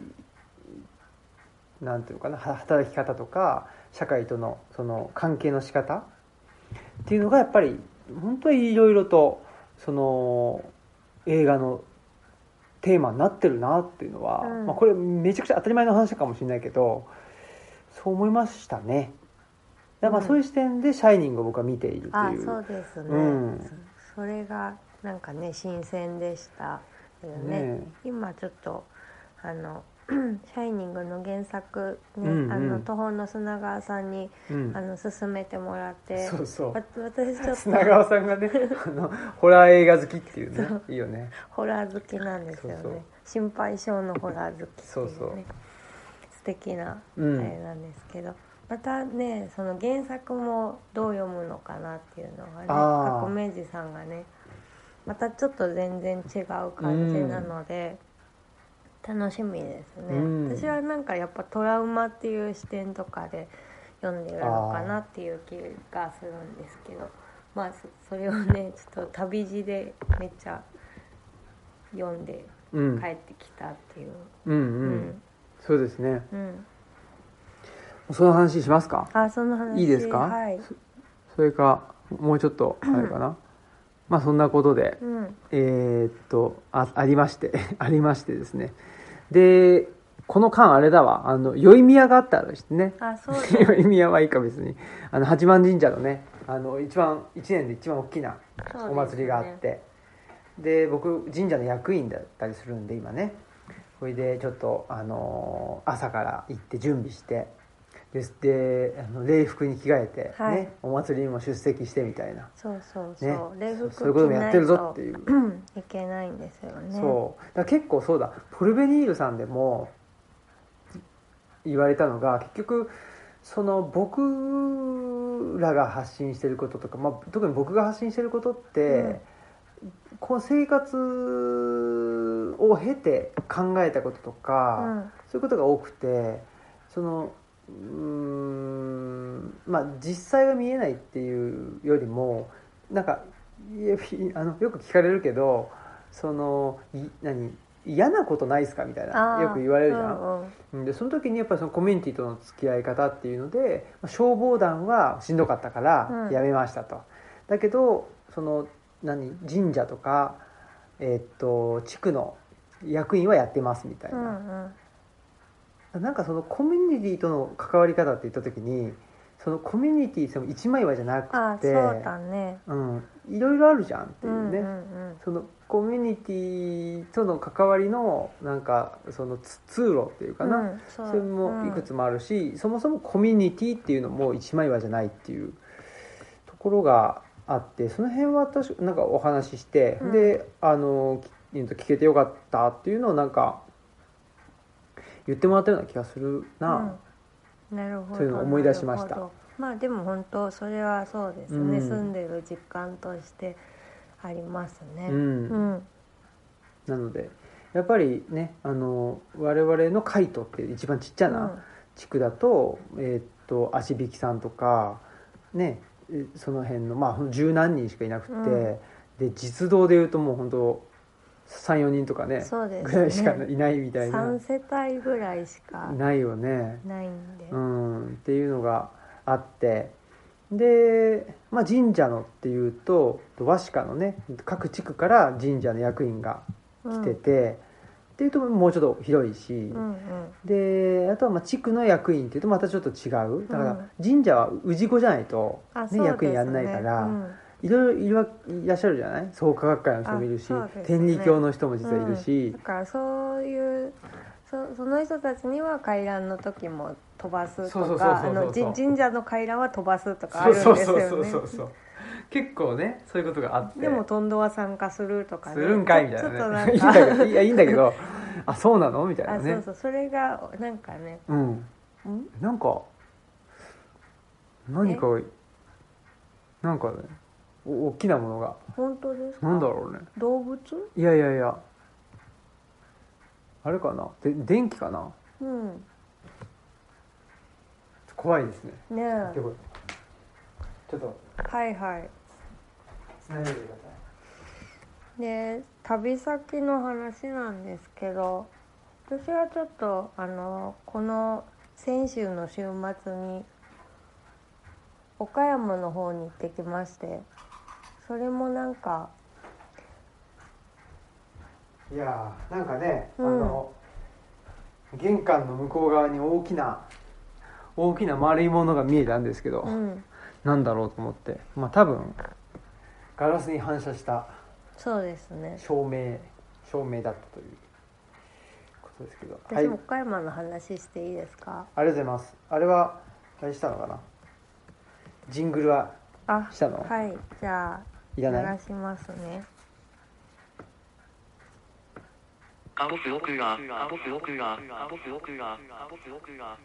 S1: なんていうのかなは働き方とか社会とのその関係の仕方っていうのがやっぱり本当にいろいろとその映画のテーマになってるなっていうのは、
S2: うん
S1: まあ、これめちゃくちゃ当たり前の話かもしれないけどそう思いましたね。だからまあ
S2: うん
S1: そういう視点で「シャイニング」を僕は見ているって
S2: あ
S1: いう。
S2: そうですね、
S1: うん
S2: そそれがなんかね新鮮でしたけどね
S1: ね
S2: 今ちょっとあの 「シャイニング」の原作ね、
S1: うんうん
S2: あの途方の砂川さんに
S1: えうん
S2: あの勧めてもらって
S1: そうそう
S2: わ私ちょっ
S1: 砂
S2: と
S1: 川さんが ねあのホラー映画好きっていうね
S2: そう
S1: いいよね
S2: ホラー好きなんですよね
S1: そうそう
S2: 心配性のホラー好きっていうね
S1: そうそう
S2: 素敵なあ
S1: うん
S2: れなんですけど、またねその原作もどう読むのかなっていうのがね
S1: あー
S2: 過去明治さんがねまたちょっと全然違う感じなので、楽しみですね、
S1: うん
S2: 私はなんかやっぱトラウマっていう視点とかで読んでるのかなっていう気がするんですけどまあそそれをね ちょっと旅路でめっちゃ読んで
S1: うん
S2: 帰ってきたっていう、
S1: うん
S2: う
S1: うん、そうですね
S2: うん、
S1: その話しますか
S2: あその話
S1: いいですか
S2: はい、
S1: それかもうちょっとあれかなまあそんなことで
S2: うん、
S1: えーっとあありまして ありましてですねでこの間あれだわあの宵宮があったらですね
S2: あそうだ
S1: 宵宮はいいか別にあの八幡神社のねあの一番一年で一番大きなお祭りがあってで,、僕神社の役員だったりするんで今ねそれでちょっと、あのー朝から行って準備してですであの礼服に着替えて、ね
S2: はい
S1: お祭りにも出席してみたいな、
S2: そうそうそ
S1: ね
S2: う、礼服
S1: そういうこともやってるぞって
S2: 着
S1: いう、
S2: ないといけないんですよね
S1: そうだから結構そうだポルベニールさんでも言われたのが結局その僕らが発信してることとか、まあ、特に僕が発信してることって、
S2: うん
S1: こう生活を経て考えたこととか、
S2: うん
S1: そういうことが多くてそのうーんまあ実際が見えないっていうよりもなんかいやひあのよく聞かれるけどそのい何嫌なことないですかみたい
S2: あ
S1: な
S2: ー
S1: よく言われるじゃん、
S2: うんうん
S1: でその時にやっぱりそのコミュニティとの付き合い方っていうのでまあ消防団はしんどかったから
S2: うん
S1: やめましたと、だけどその何神社とか、えっと地区の役員はやってますみたいうな、
S2: んうん
S1: なんかそのコミュニティとの関わり方って言った時にそのコミュニティその一枚岩じゃな
S2: あ
S1: く
S2: そ
S1: て
S2: うだね
S1: うん、いろいろあるじゃんって
S2: う
S1: い
S2: ん
S1: う
S2: うん
S1: ね、
S2: うん
S1: そのコミュニティとの関わりのなんかそのつ通路っていうかな、
S2: うんそう
S1: それもいくつもあるし、そもそもコミュニティっていうのも一枚岩じゃないっていうところがあってその辺は私なんかお話しして、
S2: うん
S1: であのき聞けてよかったっていうのをなんか言ってもらったような気がするな、
S2: うんなるほど
S1: というのを思い出しました
S2: なるほどまあでも本当それはそうですね、
S1: うん
S2: 住んでる実感としてありますね
S1: うん
S2: うん
S1: なのでやっぱりねあの我々のカイトっていう一番ちっちゃな、地区だと,、えーっと足引きさんとか、ね、えその辺の、まあ、ほんと十何人しかいなくて、
S2: うん
S1: で実動でいうともう本当34人とか
S2: う
S1: ね
S2: ん、そうですね
S1: ぐらいしかいないみたいな
S2: 3世帯ぐらいしか
S1: ないよね、
S2: ないんで、
S1: うん、っていうのがあってで、まあ、神社のっていうと和紙家のね各地区から神社の役員が来てて、っていうともうちょっと広いし、
S2: うんうん
S1: であとはまあ地区の役員っていうとまたちょっと違うだか
S2: う
S1: ら
S2: ん
S1: 神社は氏子じゃないと、
S2: あ
S1: ね
S2: そうですね
S1: 役員やんないから、
S2: うん
S1: いろいろいるわいらっしゃるじゃない創価学会の人もいるし、
S2: あそうですね
S1: 天理教の人も実はいる
S2: うん
S1: し
S2: だ、からそういうそその人たちには回覧の時も飛ばす
S1: そうそ
S2: と
S1: うそうそう
S2: か
S1: そう
S2: あのじ神社の回覧は飛ばすとかあ
S1: そう
S2: るん
S1: そう
S2: です
S1: そうそう
S2: よね
S1: そうそう結構ねそういうことがあって
S2: でもトンドは参加するとか
S1: す
S2: ね
S1: るんかいみたい
S2: ちょちょっと
S1: な
S2: な
S1: ねい
S2: ん
S1: いんだけ
S2: か
S1: ど いやいいんだけどあそうなのみたいな
S2: あ
S1: ね
S2: そうそうそれがなんかね
S1: うん
S2: ん
S1: なんか何かなんかねお大きなものが
S2: 本当ですか
S1: なんだろうね
S2: 動物
S1: いやいやいやあれかなで電気かな
S2: うん
S1: 怖いですね
S2: ね
S1: で
S2: え
S1: もちょっと
S2: はいはい
S1: つないでください
S2: で旅先の話なんですけど私はちょっとあのこの先週の週末に岡山の方に行ってきましてそれもなんか
S1: いやーなんかね、
S2: うん
S1: あの玄関の向こう側に大きな大きな丸いものが見えたんですけど、
S2: うん
S1: なんだろうと思ってまあ多分ガラスに反射した
S2: そうですね
S1: 照明照明だったということですけどはいあ
S2: 私
S1: り
S2: も
S1: が
S2: 岡山の話していいですか、
S1: とうございますあれはあれしたのかなジングルは
S2: あ
S1: したの、
S2: はいじゃあ
S1: い、
S2: 流
S1: らない
S2: しますね
S3: カボスオクラ、カボスオクラ、カボスオクラ、カボスオクラ。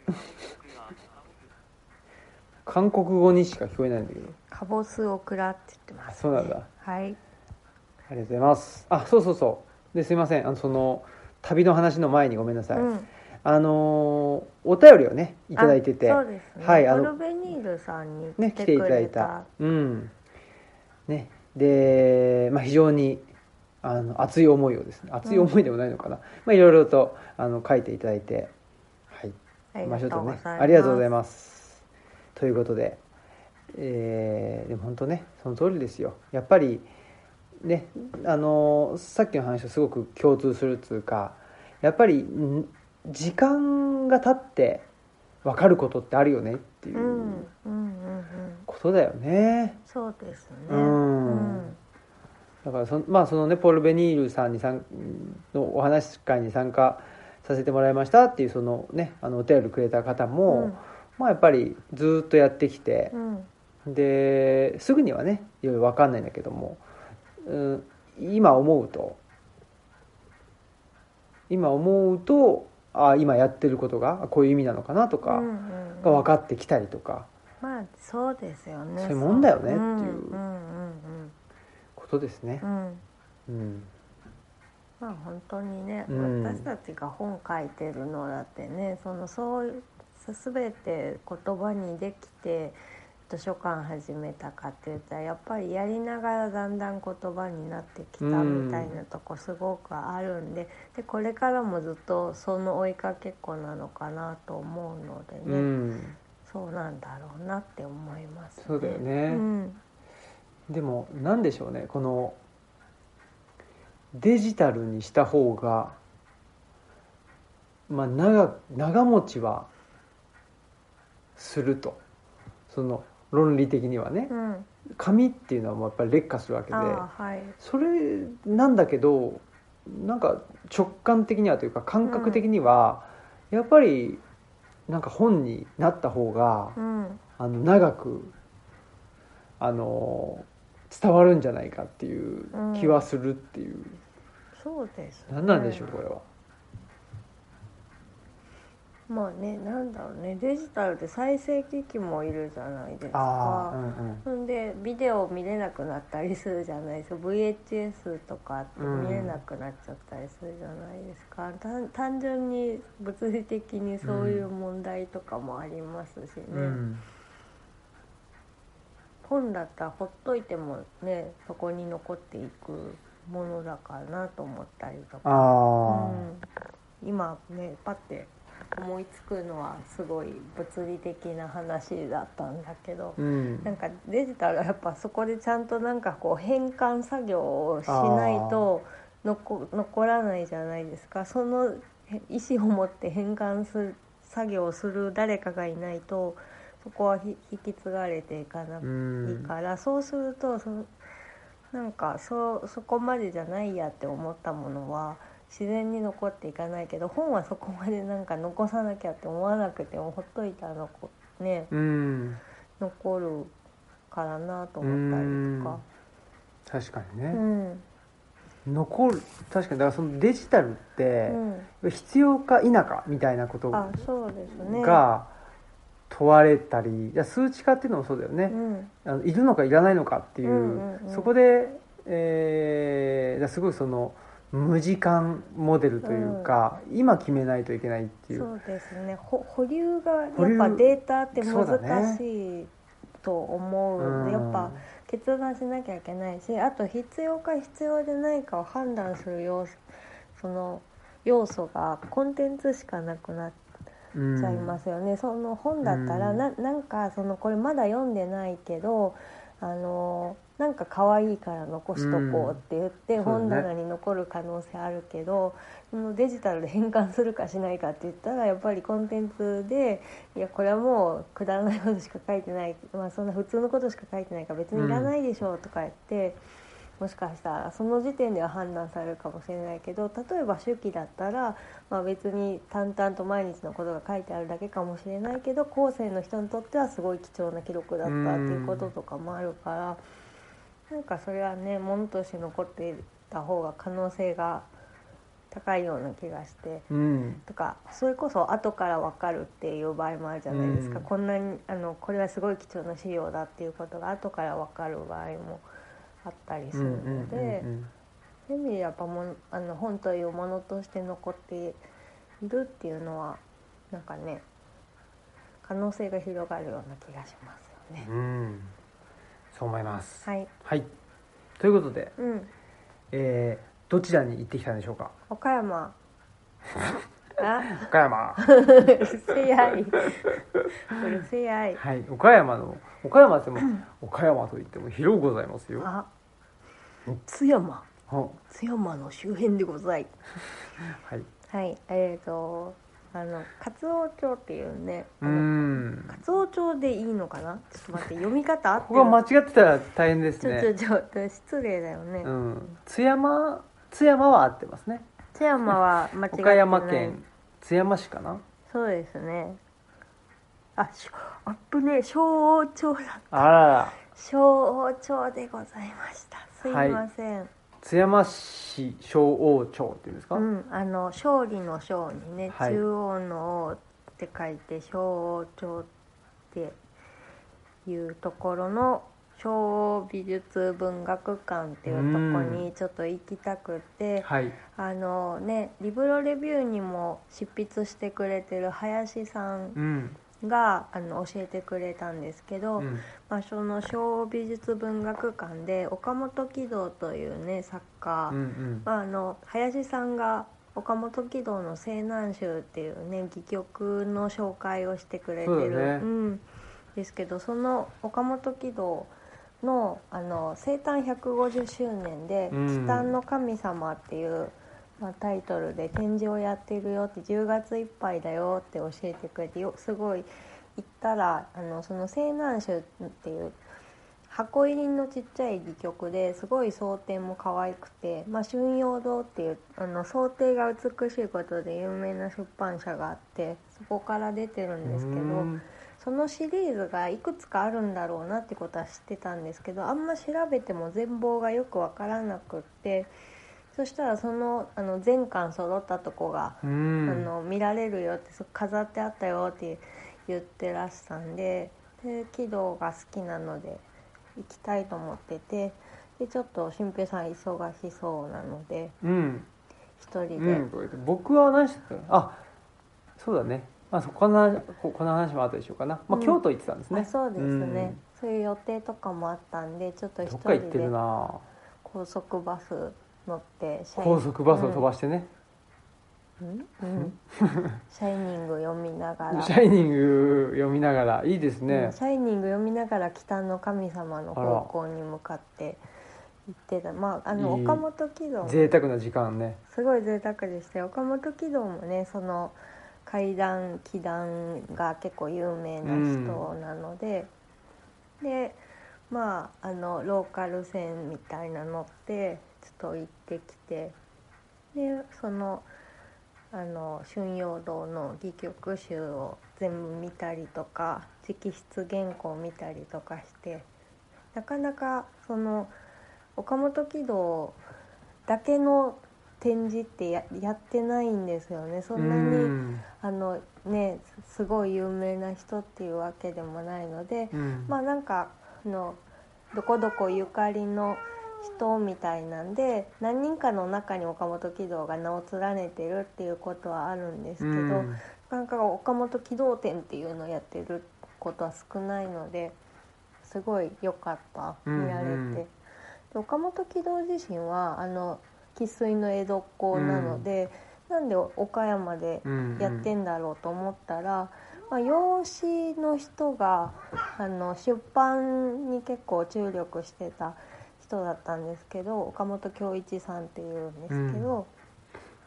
S1: 韓国語にしか聞こえないんだけど
S2: カボスオクラって言ってます、ね、
S1: そうなんだ
S2: はい
S1: ありがとうございますあそうそうそうですいませんあのその旅の話の前にごめんなさい、
S2: うん
S1: あのーお便りをねい
S2: い
S1: ただいてて
S2: そうですね、
S1: はいあ
S2: コル
S1: の
S2: ベニールさんに
S1: ね
S2: 来
S1: 来
S2: て
S1: て
S2: い
S1: い
S2: た
S1: た
S2: だ
S1: だ
S2: い
S1: い
S2: た
S1: たうんねで、まあ、非常にあの熱い思いをですね熱い思いでもないのかな、まあ、いろいろとあの書いていただいてはい
S2: あり
S1: ま
S2: が
S1: あち
S2: と
S1: ょっ
S2: う
S1: と
S2: ござ
S1: ね
S2: います、
S1: ありがとうございますということでえーでも本当ねその通りですよやっぱりねあのさっきの話とすごく共通するっていうかやっぱりん時間が経って分かることってあるよねってい
S2: うんうん
S1: う
S2: うんうん
S1: ことだよね、
S2: そうですね
S1: うん
S2: うん
S1: だからそのまあそのねポール・ベニールさんに参のお話し会に参加させてもらいましたっていうそのねあのお便りくれた方も、まあやっぱりずっとやってきて
S2: う、ん
S1: ですぐにはねいろいろ分かんないんだけども、うん、今思うと今思うとあ今やってることがあこういう意味なのかなとか
S2: うん
S1: が分かってきたりとか
S2: まあそうですよね
S1: そういうもんだよねっていうん
S2: うんうん
S1: ことですね
S2: う。んうん
S1: うん
S2: まあ本当にね、
S1: うん
S2: 私たちが本書いてるのだってねそのそういうすべて言葉にできて図書館始めたかって言ったらやっぱりやりながらだんだん言葉になってきたみたいなとこすごくあるんで,、でこれからもずっとその追いかけっこなのかなと思うのでね、
S1: うん
S2: そうなんだろうなって思います、
S1: そうだよね
S2: うん
S1: でも何でしょうねこのデジタルにした方がまあ長長持ちはするとその論理的にはね
S2: うん、
S1: 紙っていうのはもうやっぱり劣化するわけで
S2: ああはい
S1: それなんだけどなんか直感的にはというか感覚的にはやっぱりなんか本になった方が
S2: うん
S1: あの長くあの伝わるんじゃないかっていう気はするっていう、
S2: そうです、ね、
S1: 何なんでしょうこれは。
S2: まあねなんだろうねデジタルで再生機器もいるじゃないです
S1: ああ、う
S2: か。
S1: んうん、
S2: ほんでビデオ見れなくなったりするじゃないですか VHS とかって見れなくなっちゃったりするじゃないですか、単単純に物理的にそういう問題とかもありますしね、
S1: うん
S2: 本だったらほっといてもねそこに残っていくものだからなと思ったりとか、
S1: ああ、
S2: うん今ねパッて思いつくのはすごい物理的な話だったんだけど、
S1: うん
S2: なんかデジタルはやっぱそこでちゃんとなんかこう変換作業をしないと残残らないじゃないですかそのへ意思を持って変換する作業をする誰かがいないとそこはひ引き継がれていかな
S1: うん
S2: いいから、そうするとそのなんかそうそこまでじゃないやって思ったものは自然に残っていかないけど本はそこまでなんか残さなきゃって思わなくてもほっといたらこうね
S1: うん
S2: 残るからなと思ったりと
S1: 確
S2: か。
S1: かに
S2: う
S1: ね、
S2: ん
S1: 残る確かにだからそのデジタルっ
S2: う
S1: て
S2: ん、
S1: 必要か否かみたいなこと
S2: あそうですね。
S1: が問われたり、いや数値化っていうのもそうだよね、
S2: うん
S1: あのいるのかいらないのかっていう,、
S2: うんうんうん
S1: そこで、えー、だからすごいその無時間モデルというか、今決めないといけないっていう
S2: そうですねほ保留がやっ
S1: 保留
S2: ぱデータって
S1: そうだね
S2: 難しいと思う
S1: うん
S2: やっぱ決断しなきゃいけないしあと必要か必要でないかを判断する要素その要素がコンテンツしかなくなっ
S1: うん
S2: ちゃいますよね、その本だったら、
S1: うん
S2: ななんかそのこれまだ読んでないけどあのなんか可愛いから残しとこうって言って、
S1: うん
S2: 本棚に残る可能性あるけど、そのデジタルで変換するかしないかって言ったらやっぱりコンテンツでいやこれはもうくだらないことしか書いてない、まあ、そんな普通のことしか書いてないから別にいらないでしょうとか言って。もしかしたらその時点では判断されるかもしれないけど例えば手記だったら、まあ、別に淡々と毎日のことが書いてあるだけかもしれないけど後世の人にとってはすごい貴重な記録だったっていうこととかもあるからなんかそれはねものとして残っていた方が可能性が高いような気がして。
S1: うん
S2: とかそれこそ後から分かるっていう場合もあるじゃないですか、
S1: うん
S2: こんなにあのこれはすごい貴重な資料だっていうことが後から分かる場合もあったりす
S1: うん
S2: る
S1: う
S2: の
S1: ん
S2: で、
S1: うんうん
S2: そういう意味でやっぱもんあの本というものとして残っているっていうのはなんかね可能性が広がるような気がしますよね。
S1: うんそう思います
S2: はい、
S1: はいということで、
S2: うん、
S1: えーどちらに行ってきたんでしょうか
S2: 岡山 あ
S1: 岡山
S2: うるせやいうるせやい
S1: はい岡山の岡山っても岡山といっても広くございますよ
S2: あ津山
S1: は
S2: 津山の周辺でござい
S1: い
S2: はいえー、とあの勝尾町っていうね
S1: う
S2: あの
S1: ん
S2: 勝尾町でいいのかなちょっと待って読み方合って
S1: ここが間
S2: る
S1: 違ってたら大変です
S2: ちょ
S1: ね
S2: ちょちょ失礼だよね、
S1: うん、津山津山は合ってますね
S2: 津山は間違ってない
S1: 岡山県津山市かな
S2: そうですねあしょアップね昭王町だ
S1: あらら
S2: 昭王町でございましたすいません、
S1: 津山市小王町っていうんですか、
S2: うん、あの勝利の勝にね、
S1: はい
S2: 中央の王って書いて昭王朝っていうところの昭王美術文学館っていうとこにちょっと行きたくて、
S1: はい
S2: あのねリブロレビューにも執筆してくれてる林さん
S1: うん、
S2: があの教えてくれたんですけど、
S1: うん、
S2: まあ、その昭和美術文学館で岡本喜道というね作家、
S1: うんうん
S2: まあ、あの林さんが岡本喜道の「西南集」っていうね戯曲の紹介をしてくれてる
S1: そうだね
S2: ん、ですけどその岡本喜道のあの生誕150周年で「
S1: うん
S2: 忌憚の神様」っていう、まあ、タイトルで展示をやってるよって10月いっぱいだよって教えてくれてよすごい行ったらあのその西南集っていう箱入りのちっちゃい戯曲ですごい装丁も可愛くて、まあ、春陽堂っていうあの装丁が美しいことで有名な出版社があってそこから出てるんですけど
S1: うん
S2: そのシリーズがいくつかあるんだろうなってことは知ってたんですけどあんま調べても全貌がよくわからなくってそしたらそのあの全巻揃ったとこが
S1: うん
S2: あの見られるよってそ飾ってあったよって言ってらしたんでで喜道が好きなので行きたいと思っててでちょっと新平さん忙しそうなので
S1: うん
S2: 一人で、
S1: うんこうやって僕は何してたのあそうだねまあそこのここの話も後でしようかな、まあ、
S2: うん
S1: 京都行ってたんですね、
S2: あそうですね
S1: ん、
S2: そういう予定とかもあったんでちょっと一
S1: どっ
S2: 人
S1: か行って
S2: で
S1: るな
S2: 高速バス乗って社員
S1: 高速バスを飛ばしてね、
S2: うん うん、シャイニング読みながら、
S1: シャイニング読みながらいいです
S2: うん
S1: ね
S2: シャイニング読みながら北の神様の方向に向かって行ってたまああの
S1: いい
S2: 岡本喜道も
S1: 贅沢な時間ね
S2: すごい贅沢でしたよ岡本喜道もねその怪談祈談が結構有名な人なので、でまああのローカル線みたいなのってちょっと行ってきてでそのあの春陽堂の戯曲集を全部見たりとか直筆原稿を見たりとかしてなかなかその岡本喜道だけの展示ってややってないんですよねそんなに、
S1: うん
S2: あのねすすごい有名な人っていうわけでもないので、
S1: うん
S2: まあなんかあのどこどこゆかりの人みたいなんで何人かの中に岡本喜道が名を連ねてるっていうことはあるんですけど、
S1: うん
S2: なんか岡本機動展っていうのをやってることは少ないのですごい良かった
S1: うんうん
S2: 見られて、で岡本機動自身はあの生粋の江戸っ子なので、なんで岡山で
S1: うん
S2: やってんだろうと思ったら、まあ、養子の人があの出版に結構注力してた人だったんですけど岡本恭一さんっていうんですけど。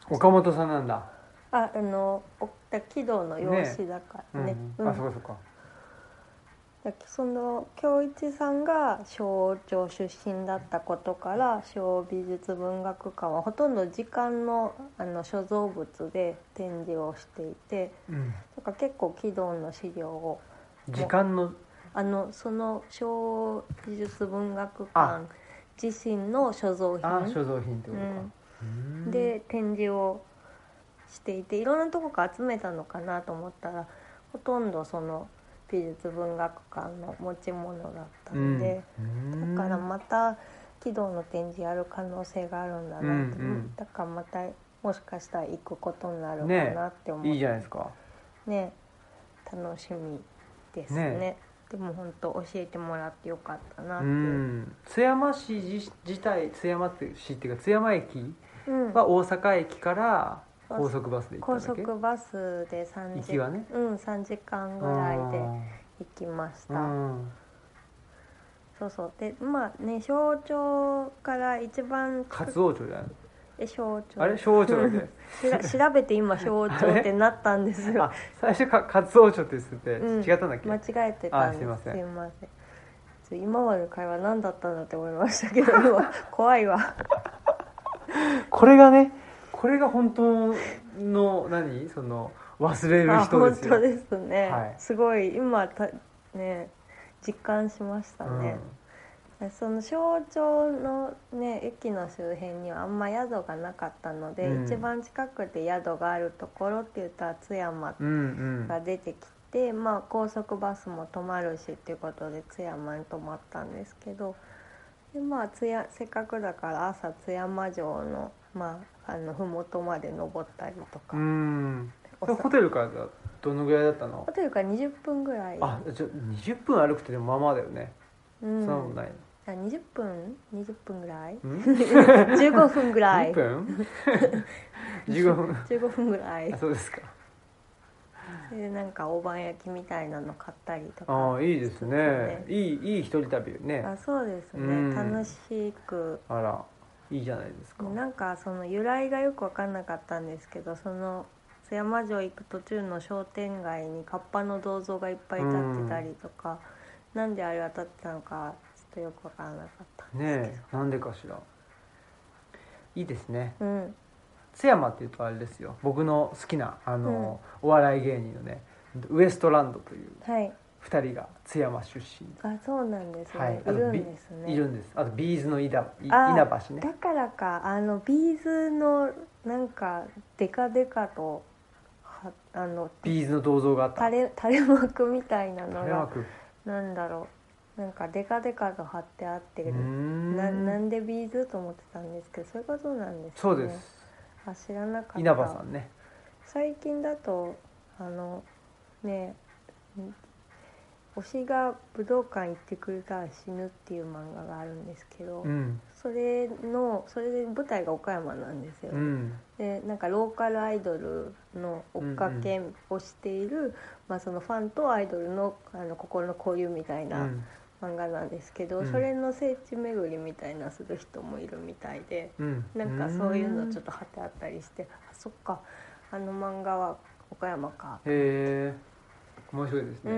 S1: 岡本さんなんだ
S2: あ、あの、おだ喜道の養子だからね。
S1: う、
S2: うんん
S1: あそうかそうか
S2: だその京一さんが小長出身だったことから小美術文学館はほとんど時間のあの所蔵物で展示をしていて
S1: うん
S2: だから結構喜道の資料を
S1: 時間の
S2: あのその小美術文学
S1: あ
S2: 館自身の所蔵
S1: あ
S2: 品
S1: 所蔵品ってことかうん
S2: で展示をしていていろんなとこから集めたのかなと思ったらほとんどその美術文学館の持ち物だったので、
S1: うん
S2: だからまた軌道の展示やる可能性があるんだなって、
S1: うんうん
S2: だからまたもしかしたら行くことになるか
S1: ね
S2: なって思って、
S1: いいじゃないですか
S2: ね楽しみですね
S1: ね
S2: でも本当教えてもらってよかったなっ
S1: う
S2: ていう、
S1: ん津山市自自体津山って市っていうか津山駅
S2: うん
S1: は大阪駅から高速バスで行
S2: 高
S1: ったんだっけ
S2: 速バスで3
S1: 行
S2: 時
S1: きはね
S2: うん、3時間ぐらいで行きました、
S1: うん
S2: そうそうでまあね象徴から一番近
S1: 勝
S2: く
S1: 王町じゃない
S2: え象徴
S1: あれ小王町だ よ
S2: しら調べて今象徴ってなったんです
S1: ね
S2: よ
S1: あ最初か勝王町って言ってて
S2: うん
S1: 違ったんだっけ
S2: 間違えてた
S1: あ
S2: んです
S1: すいません
S2: いませんちょ今までの会話何だったんだって思いましたけどうわ怖いわ
S1: これがねこれが本当の何その忘れる
S2: あ
S1: 人
S2: 本
S1: ですよ
S2: 当ですね、
S1: はい
S2: すごい今たね実感しましたね、その象徴のね駅の周辺にはあんま宿がなかったので、
S1: うん
S2: 一番近くで宿があるところって言ったら津山
S1: うん、うん
S2: が出てきて、まあ高速バスも止まるしっていうことで津山に泊まったんですけどでまあ津やせっかくだから朝津山城のまああの麓まで登ったりとか、
S1: うんうん
S2: お
S1: でも
S2: さ
S1: ホテルからだどのぐらいだったの
S2: ホテルから20分ぐらい、
S1: あじゃ20分歩くってでもまあまあだよね、
S2: う
S1: そん
S2: ん、
S1: なもんない
S2: あ20分20分ぐらい
S1: ん
S2: 15分ぐらい
S1: 10分 15分
S2: 15分ぐらい
S1: あそうですか
S2: でなんか大判焼きみたいなの買ったりと
S1: あ
S2: か
S1: あいいですねいいいい一人旅よね
S2: あそうです
S1: う
S2: ね、
S1: ん
S2: 楽しく
S1: あらいいじゃないですか
S2: なんかその由来がよく分かんなかったんですけどその津山城行く途中の商店街にカッパの銅像がいっぱい立ってたりとか、なんであれが立ってたのかちょっとよく分からなかったんです
S1: ね
S2: け
S1: えなんでかしらいいですね
S2: ど、うん
S1: 津山っていうとあれですよ僕の好きなあの、お笑い芸人のねウエストランドという
S2: はい
S1: 2人が津山出身、
S2: あそうなんですね、
S1: はいい、あ、と
S2: るん
S1: ビ
S2: ですね
S1: いるんですあとビーズの稲葉い
S2: あ
S1: 稲橋ね
S2: だからかあのビーズのなんかデカデカとはあの
S1: ビーズの銅像があった
S2: 垂れ垂れ幕みたいなの
S1: あれは
S2: が
S1: くう
S2: なんだろうなんかデカデカと貼ってあって
S1: ーん
S2: ななんでビーズと思ってたんですけどそういうことなんですね
S1: そうです
S2: あ知らなかった
S1: 稲葉さんね
S2: 最近だとあのねん推しが武道館行ってくれたら死ぬっていう漫画があるんですけど、
S1: うん
S2: それのそれで舞台が岡山なんですよ、
S1: うん
S2: でなんかローカルアイドルの追っかけをしている、まあ、そのファンとアイドルのあの心の交流みたいうなん漫画なんですけど、
S1: うん
S2: それの聖地巡りみたいなする人もいるみたいで、
S1: うん
S2: なんかそういうのちょっと貼ってあったりして、あそっかあの漫画は岡山か、
S1: へえ面白いですね
S2: う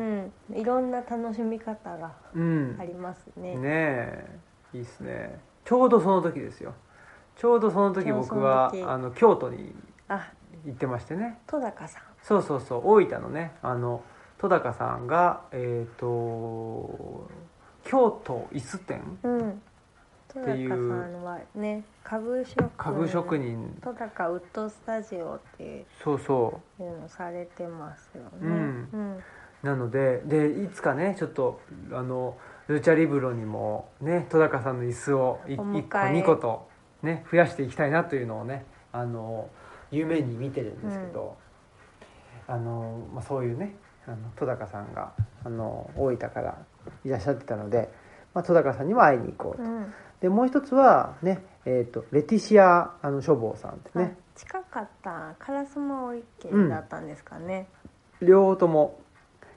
S2: んいろんな楽しみ方が
S1: うん
S2: ありますね。
S1: ねえいいっすねちょうどその時ですよちょうどその時
S2: ちょうどそ
S1: 僕
S2: の
S1: は
S2: 時
S1: あの京都に
S2: あ
S1: 行ってましてね
S2: 戸高さん
S1: そうそうそう大分のねあの戸高さんがえっ、と京都椅子店
S2: うん戸高
S1: ていう
S2: さんはね家具職人
S1: 家具職人
S2: 戸高ウッドスタジオっていう
S1: そうそ
S2: のされてますよね、
S1: うん
S2: うん
S1: うなのででいつかねちょっとあのルチャリブロにもね戸高さんの椅子を1
S2: お
S1: 個
S2: 迎え
S1: 2個とね増やしていきたいなというのをねあの夢に見てるんですけど、あのまあ、そういうねあの戸高さんがあの大分からいらっしゃってたので、まあ、戸高さんにも会いに行こうと。
S2: うん
S1: でもう一つはね、えー、とレティシアあの書房さんですね、
S2: あ近かった烏丸大池だったんですかね、
S1: 両方とも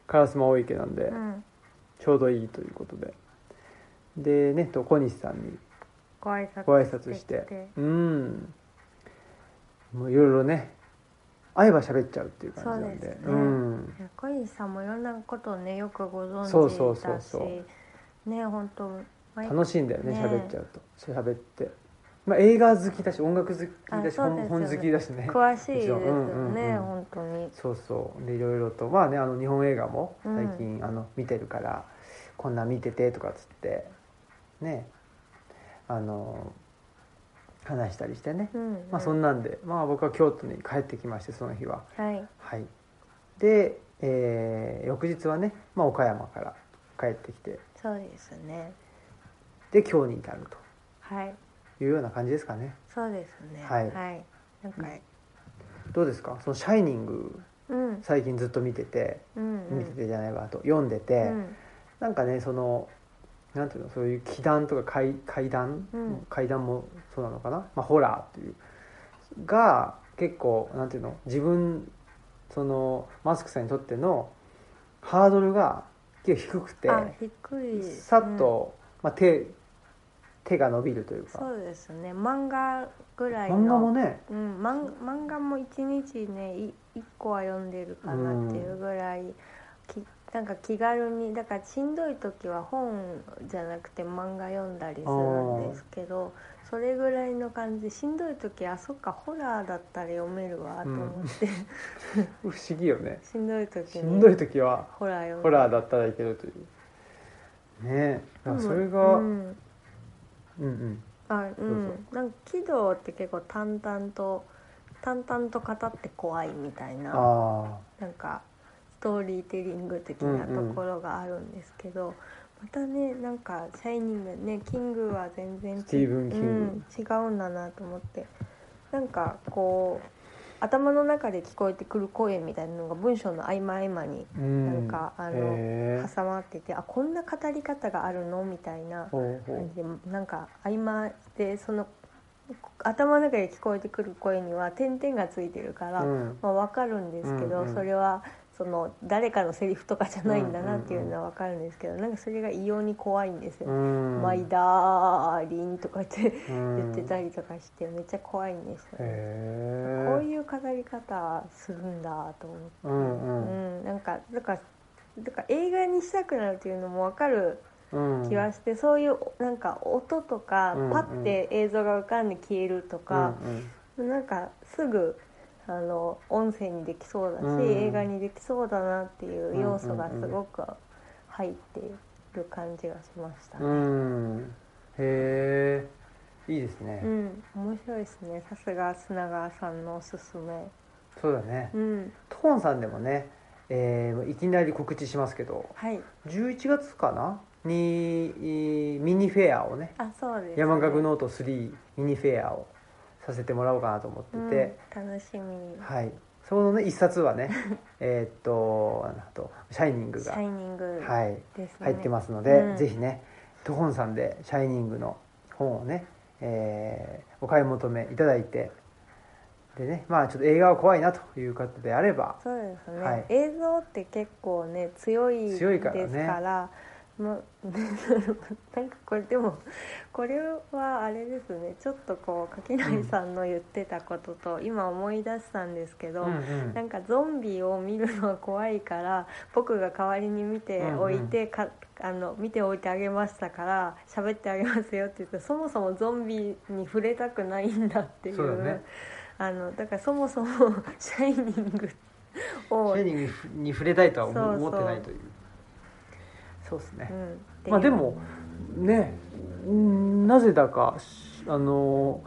S1: 烏丸大池なんで、
S2: うん、
S1: ちょうどいいということででねと小西さんに
S2: ご挨拶
S1: ご挨拶して
S2: きて
S1: うんもういろいろね会えば喋っちゃうっていう感じなんで
S2: そうですね
S1: ん
S2: 小西さんもいろんなことをねよくご存知だし
S1: そうそうそうそう
S2: ね本当毎
S1: 楽しいんだよね
S2: ね
S1: 喋っちゃうと喋って、まあ、映画好きだし音楽好きだし、
S2: あそうですよね
S1: 本本好きだしね
S2: 詳しいですよね、
S1: うんうんうん
S2: 本当に
S1: そうそうでいろいろとまあねあの日本映画も
S2: うん
S1: 最近、あの見てるからこんなん見ててとかっつってねあの話したりしてね、
S2: うん、うん
S1: まあそんなんで、まあ、僕は京都に帰ってきましてその日は
S2: はい
S1: はいで、えー翌日はね、まあ、岡山から帰ってきて
S2: そうですね
S1: で今日に至る
S2: はい
S1: というような感じですかね
S2: そうですね
S1: はい
S2: なんか
S1: どうですかその「シャイニング
S2: うん」
S1: 最近ずっと見てて
S2: うんうん
S1: 見ててじゃないわあと読んでて、
S2: うん
S1: なんかねそのなんていうのそういう奇談とか怪怪談、
S2: うん
S1: 怪談もそうなのかな、まあ、ホラーっていうが結構なんていうの自分そのマスクさんにとってのハードルが結構低くて
S2: あ低い
S1: さっと、まあ、手手が伸びるという
S2: うん
S1: か
S2: そうですね漫画ぐらいの
S1: 漫画もね
S2: うん、漫漫画も一日ねい一個は読んでるかなっていうぐらい、きなんか気軽にだからしんどい時は本じゃなくて漫画読んだりするんですけどそれぐらいの感じしんどい時あそっかホラーだったら読めるわと思って、
S1: 不思議よね
S2: しんどい時
S1: し
S2: に
S1: んどい時は
S2: ホラー読ん
S1: ホラーだったらいけるというねえ
S2: でも
S1: それが、
S2: うん
S1: うんうん
S2: あう
S1: どうん
S2: なんか喜怒って結構淡々と淡々と語って怖いみたいな
S1: ああ
S2: なんかストーリーテリング的なところがあるんですけど、またねなんか「シャイニング」ねキングは全然
S1: スティーブンキング
S2: うん、違うんだなと思ってなんかこう頭の中で聞こえてくる声みたいなのが文章の合間合間に
S1: なん
S2: んかあの挟まってて、あこんな語り方があるのみたいな
S1: ほう
S2: 感
S1: ほ
S2: じでなんか合間でその頭の中で聞こえてくる声には点々がついてるから。
S1: う、うん、
S2: まあ、わかるんですけど、
S1: うんうん
S2: それはその誰かのセリフとかじゃないんだなっていうのはわかるんですけど、なんかそれが異様に怖いんですよ「マイダーリン」とかって言ってた
S1: へ
S2: りとかしてめっちゃ怖いんですよね、
S1: え
S2: こういう語り方するんだと思って、
S1: うんうん
S2: うんなんかだからだから映画にしたくなるっていうのもわかる
S1: うん
S2: 気はして、そういうなんか音とか
S1: うんうん
S2: パッて映像が浮かんで消えるとか。
S1: うん
S2: なんかすぐあの音声にできそうだし、
S1: うん
S2: 映画にできそうだなっていう要素がすごく入っている感じがしました
S1: う。んうんへえいいですね、
S2: うん、面白いですね。さすが砂川さんのおすすめ。
S1: そうだね、
S2: うん、
S1: トーンさんでもね、えー、いきなり告知しますけど
S2: はい。
S1: 11月かなにえーミニフェアをね
S2: あ、そうです、ね。
S1: 山岳ノート3ミニフェアをさせてもらおうかなと思ってて、
S2: うん楽しみ。
S1: はい、そのね一冊は ねえーっとあと「シャイニング
S2: シ
S1: が」
S2: ャイニング
S1: はい、
S2: ですね。
S1: 入ってますので、
S2: うん
S1: ぜひね図本さんで「シャイニング」の本をね、えーお買い求めいただいてでねまあちょっと映画は怖いなという方であれば
S2: そうですね、
S1: はい
S2: 映像って結構ね強いですか
S1: 強い
S2: ら
S1: からね
S2: もう なんかこれでもこれはあれですねちょっとこう柿内さんの言ってたことと、今思い出したんですけど、
S1: うんうん
S2: なんかゾンビを見るのは怖いから僕が代わりに見ておいて、かあの見ておいてあげましたから喋ってあげますよって言ってそもそもゾンビに触れたくないんだっていう
S1: そうだね
S2: あのだからそもそも 「シャイニングを」
S1: シェリングに触れたいとは思
S2: そうそう
S1: 思ってないというそうですね
S2: う、んっていう
S1: まあでもねうんなぜだかしあの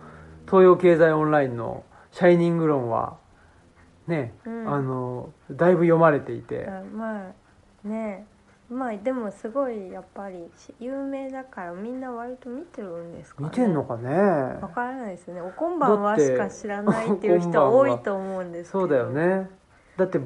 S1: 東洋経済オンラインの「シャイニング論は」ね、
S2: うん
S1: あのだいぶ読まれていて、
S2: あまあねまあでもすごいやっぱりし有名だからみんな割と見てるんですか、ね、
S1: 見てんのかね
S2: わからないですね。おこんば
S1: だ
S2: ん
S1: っ
S2: は
S1: て
S2: しか知らないっていう
S1: おこんばんは
S2: 人多いと思うんですけど。
S1: そうだよ。ねだって、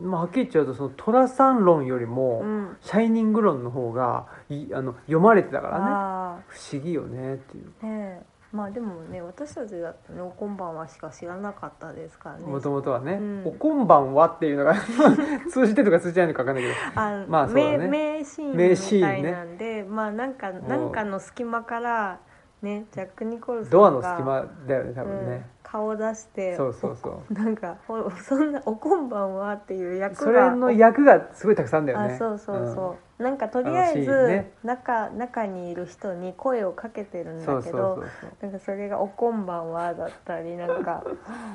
S1: まあ、はっきり言っちゃうとその寅さん論よりも、
S2: うん。
S1: シャイニング論の方がいあの読まれてたからね
S2: あ
S1: 不思議よねっていう
S2: あ、ねえ。まあでもね、私たちだってね、おこんばんはしか知らなかったですからね。
S1: もともとはね、
S2: うん
S1: おこんばんは」っていうのが 通じてるとか通じないのか分かんないけど
S2: あ
S1: まあそうだね
S2: 名名シーン
S1: 名シーン
S2: み
S1: ね
S2: たいなんで、まあなんか
S1: う
S2: なんかの隙間からね、ジャックニコルソンが
S1: ドアの隙間だよね多分
S2: うん
S1: ね、
S2: 顔出して、
S1: そうそうそう
S2: なんかお そんなおこんばんはっていう役が
S1: それの役がすごいたくさんだよね
S2: あそうそうそう、なんかとりあえ
S1: あのシーン
S2: ず
S1: ね
S2: 中中にいる人に声をかけてる
S1: うん
S2: ん
S1: そ
S2: だ
S1: うそ
S2: け
S1: う
S2: ど
S1: そうそう
S2: なんかそれが「おこんばんは」だったりな んか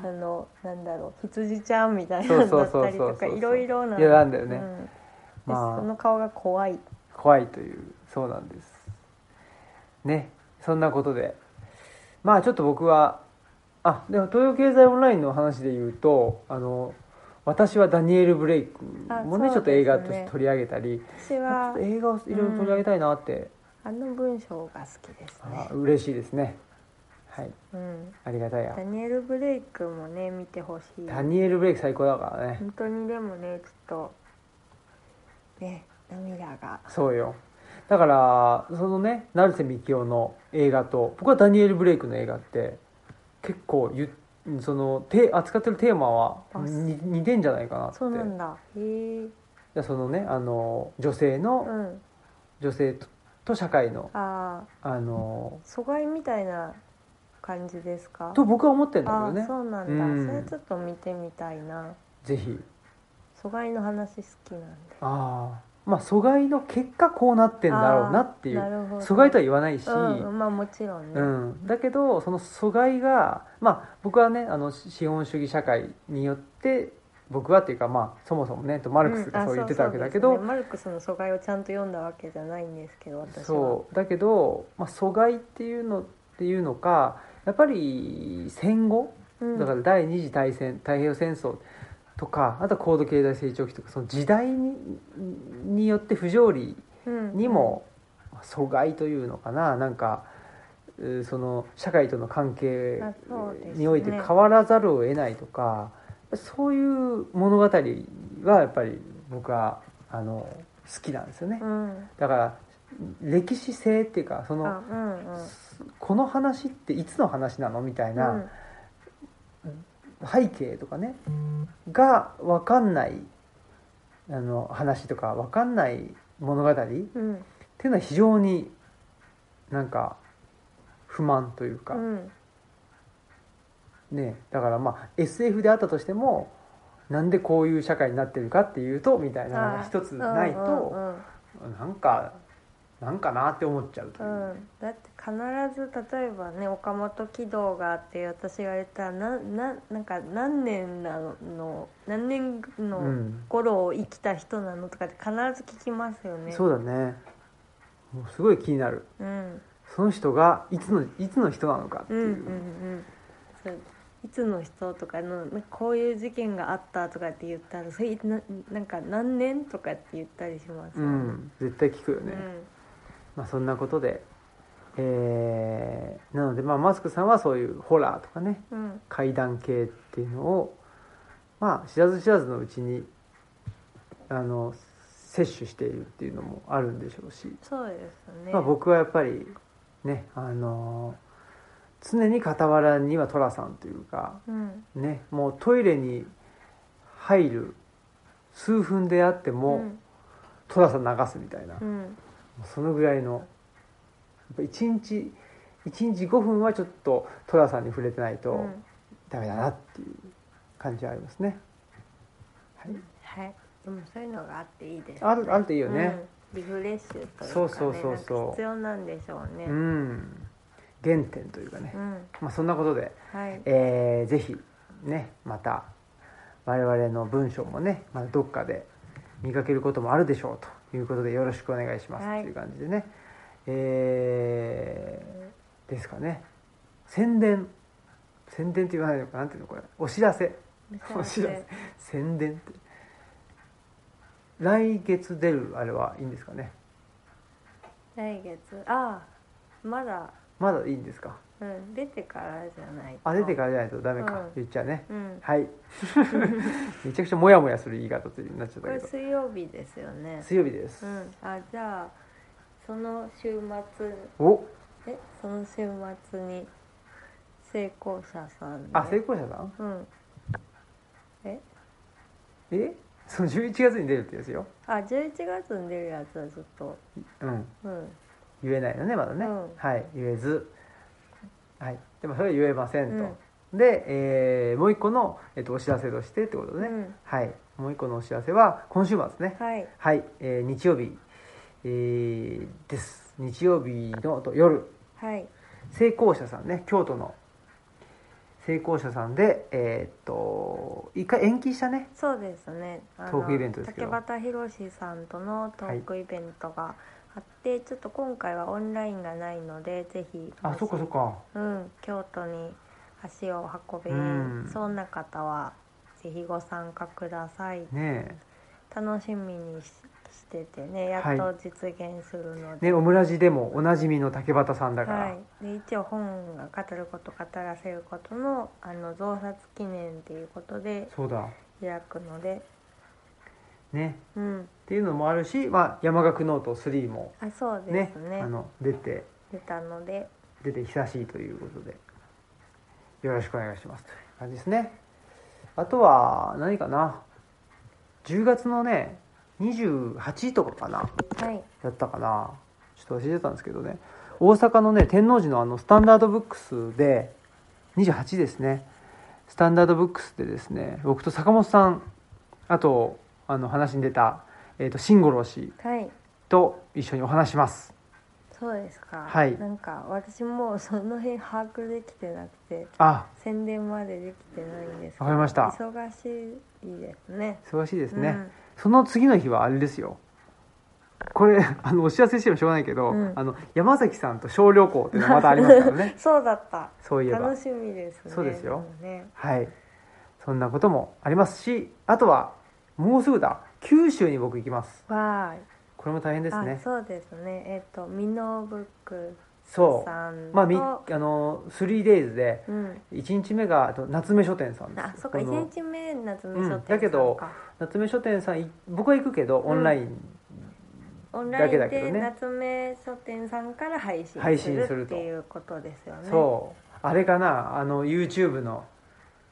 S2: あのなんだろう羊ちゃんみたいなのだったり
S1: そうそうそ
S2: と
S1: うそ
S2: か
S1: う
S2: いろいろない
S1: やなんだよね
S2: うんで
S1: まあ
S2: その顔が怖い
S1: 怖いというそうなんですねそんなことでまあちょっと僕はあでも東洋経済オンラインの話で言うとあの私はダニエル・ブレイクもね
S2: あ
S1: ち
S2: そ
S1: ょっ
S2: うですね
S1: と映画として取り上げたり
S2: 私
S1: ちょっ
S2: は
S1: と映画をいろいろ取り上げたいなって、
S2: あの文章が好きです
S1: あ
S2: ね、
S1: 嬉しいですねはい
S2: うん、
S1: ありがたいや
S2: ダニエル・ブレイクもね見てほしい
S1: ダニエル・ブレイク最高だからね
S2: 本当にでもねちょっとね涙が
S1: そうよだからそのね成瀬幹雄の映画と僕はダニエル・ブレイクの映画って結構ゆそのて扱ってるテーマは
S2: あ
S1: に似てんじゃないかなって
S2: そうなんだへえ
S1: でそのねあの女性
S2: う
S1: の
S2: ん
S1: 女性とと社会の
S2: ああ
S1: あの
S2: 疎外みたいな感じですか
S1: と僕は思ってるんだ
S2: あ
S1: け
S2: あそ
S1: どね
S2: うなんだ、
S1: うん
S2: それちょっと見てみたいな
S1: ぜひ
S2: 疎外の話好きなんで
S1: ああまあ疎外の結果こうなってんだろうなってい
S2: あー
S1: う
S2: なるほど
S1: 疎外とは言わないし、
S2: うん、まあもちろんね、
S1: うん、だけどその阻害がまあ僕はねあのし資本主義社会によって僕はっていうかまあそもそもねとマルクス
S2: んあ
S1: がそう言ってたわけだけど、
S2: そうですねマルクスの疎外をちゃんと読んだわけじゃないんですけど私は
S1: そうだけど、まあ、阻害っていうのっていうのかやっぱり戦後
S2: う、ん、
S1: だから第二次大戦太平洋戦争とかあとは高度経済成長期とかその時代にによって不条理
S2: うん
S1: にも阻害というのかななんかうーその社会との関係
S2: あそうですね
S1: において変わらざるを得ないとかそういう物語はやっぱり僕はあの好きなんですよね
S2: う。ん
S1: だから歴史性っていうかそ
S2: あ
S1: の
S2: うんうん
S1: この話っていつの話なのみたい
S2: うん
S1: な背景とかねが分かんないあの話とか分かんない物語
S2: うん
S1: っていうのは非常になんか不満というか、
S2: うん
S1: ねだからまあ SF であったとしてもなんでこういう社会になってるかっていうとみたいなのが
S2: あ
S1: 一つない
S2: うん
S1: と
S2: うんうん
S1: なんかなんかなって思っちゃうと
S2: う
S1: いう、
S2: ん、だって必ず例えばね岡本喜道があって私が言ったらなななんか何年なのの何年
S1: う
S2: の
S1: ん
S2: 頃を生きた人なのとかって必ず聞きますよね。
S1: そうだねもうすごい気になる
S2: うん
S1: その人がいつのいつの人なのかって
S2: う
S1: い
S2: ん
S1: う、
S2: うんうんそういつの人とかのなんかこういう事件があったとかって言ったらそれななんか何年とかって言ったりします
S1: う
S2: よね。
S1: ん絶対聞くよね、まあ、そんなことで、えーなので、まあ、マスクさんはそういうホラーとかね
S2: うんうん
S1: 怪談系っていうのを、ままあ知らず知らずのうちにあの摂取しているっていうのもあるんでしょうし、
S2: そうですね、
S1: まあ、僕はやっぱりねあの常に傍らには寅さんというか
S2: うん
S1: ねもうトイレに入る数分であって
S2: う
S1: も
S2: ん
S1: 寅さん流すみたいな、
S2: うん
S1: そのぐらいのやっぱ1日1日5分はちょっと寅さんに触れてないうと
S2: ん
S1: ダメだなっていう感じはありますね、はい、
S2: はいでもそういうのがあっていいです
S1: あるあるといいよね、
S2: うん、リフレッシュというか、ね、
S1: そうそうそうそう
S2: なんか必要なんでしょうね
S1: うん原点というかね、
S2: うん
S1: まあ、そんなことで、
S2: はい
S1: えーぜひねまた我々の文章もねまたどっかで見かけることもあるでしょうということでよろしくお願いしますと
S2: はい
S1: いう感じでね、えーですかね宣伝宣伝って言わないのかなんていうのこれお知らせお知らせ宣伝って来月出るあれはいいんですかね
S2: 来月ああまだ、
S1: まだいいんですか
S2: うん、出てからじゃないと
S1: あ出てからじゃないとダメか、
S2: うん
S1: 言っちゃうね、
S2: うん
S1: はい めちゃくちゃモヤモヤする言い方になっちゃった
S2: こ
S1: け
S2: れ
S1: ど
S2: 水曜日ですよね
S1: 水曜日です
S2: う、んあじゃあその週末
S1: お
S2: えその週末に成功者さんで
S1: あ成功者さん
S2: うんえ
S1: えその11月に出るってですよ
S2: あ11月に出るやつはちょっと
S1: うん
S2: うん
S1: 言えないのねまだね、
S2: うん
S1: はい言えずはいでもそれは言えませんと、で、えーもう一個の、えっとお知らせとしてってことね、
S2: うん
S1: はいもう一個のお知らせは今週末ね
S2: はい
S1: はい、えー日曜日、えーです日曜日のと夜
S2: はい
S1: 成功者さんね京都の成功者さんでえーっと一回延期したね
S2: そうですねあの
S1: トークイベントですけど
S2: 竹俣宏さんとのトークイベントがあって、ちょっと今回はオンラインがないのでぜひ
S1: あそっかそっか
S2: うん、京都に足を運べ
S1: うん
S2: そうな方はぜひご参加ください
S1: ね
S2: 楽しみにししててねや
S1: は
S2: っ
S1: い
S2: と実現するの
S1: え
S2: で、
S1: ねオムラジでもおなじみの竹俣さんだから、
S2: はい、で一応本が語ること語らせることのあの増刷記念っていうことで
S1: そうだ
S2: 開くので、
S1: ね
S2: うん、
S1: っていうのもあるし、まあ、山岳ノート3も
S2: あそうで
S1: ね
S2: すね
S1: あの出て
S2: 出たので
S1: 出て久しいということでよろしくお願いしますという感じですねあとは何かな10月のね28とかかな
S2: はい
S1: やったかなちょっと忘れてたんですけどね大阪のね天王寺のあのスタンダードブックスで28ですねスタンダードブックスでですね僕と坂本さんあとあの話に出た、えー、と慎五郎氏
S2: はい
S1: と一緒にお話します
S2: そうですか、
S1: はい
S2: なんか私もうその辺把握できてなくて
S1: あ
S2: 宣伝までできてないんですけど
S1: わかりました
S2: 忙しいですね
S1: 忙しいですね、
S2: うん
S1: その次の日はあれですよこれ あのお知らせしてもしょうがないけど、
S2: うん
S1: あの山崎さんと小旅行っていうのがまたありますから ね
S2: そうだった
S1: そういえば
S2: 楽しみですね
S1: そうですよ
S2: もね
S1: はい、そんなこともありますしあとはもうすぐだ九州に僕行きます
S2: わーい
S1: これも大変ですね
S2: あそうですねえっ、とミノーブック
S1: そう
S2: さんと
S1: まあみあの 3days で
S2: うん
S1: 1日目があと夏目書店さんです
S2: あそっ
S1: こ
S2: か一
S1: の
S2: 日目夏目書店さんか、
S1: うんだけど夏目書店さんい僕は行くけどオンライン、
S2: オンライン
S1: だけだけど
S2: で
S1: ね
S2: 夏目書店さんから配
S1: 配
S2: 信す
S1: 信する
S2: るっ
S1: と
S2: ていうことですよね
S1: そうあれかなあの YouTube の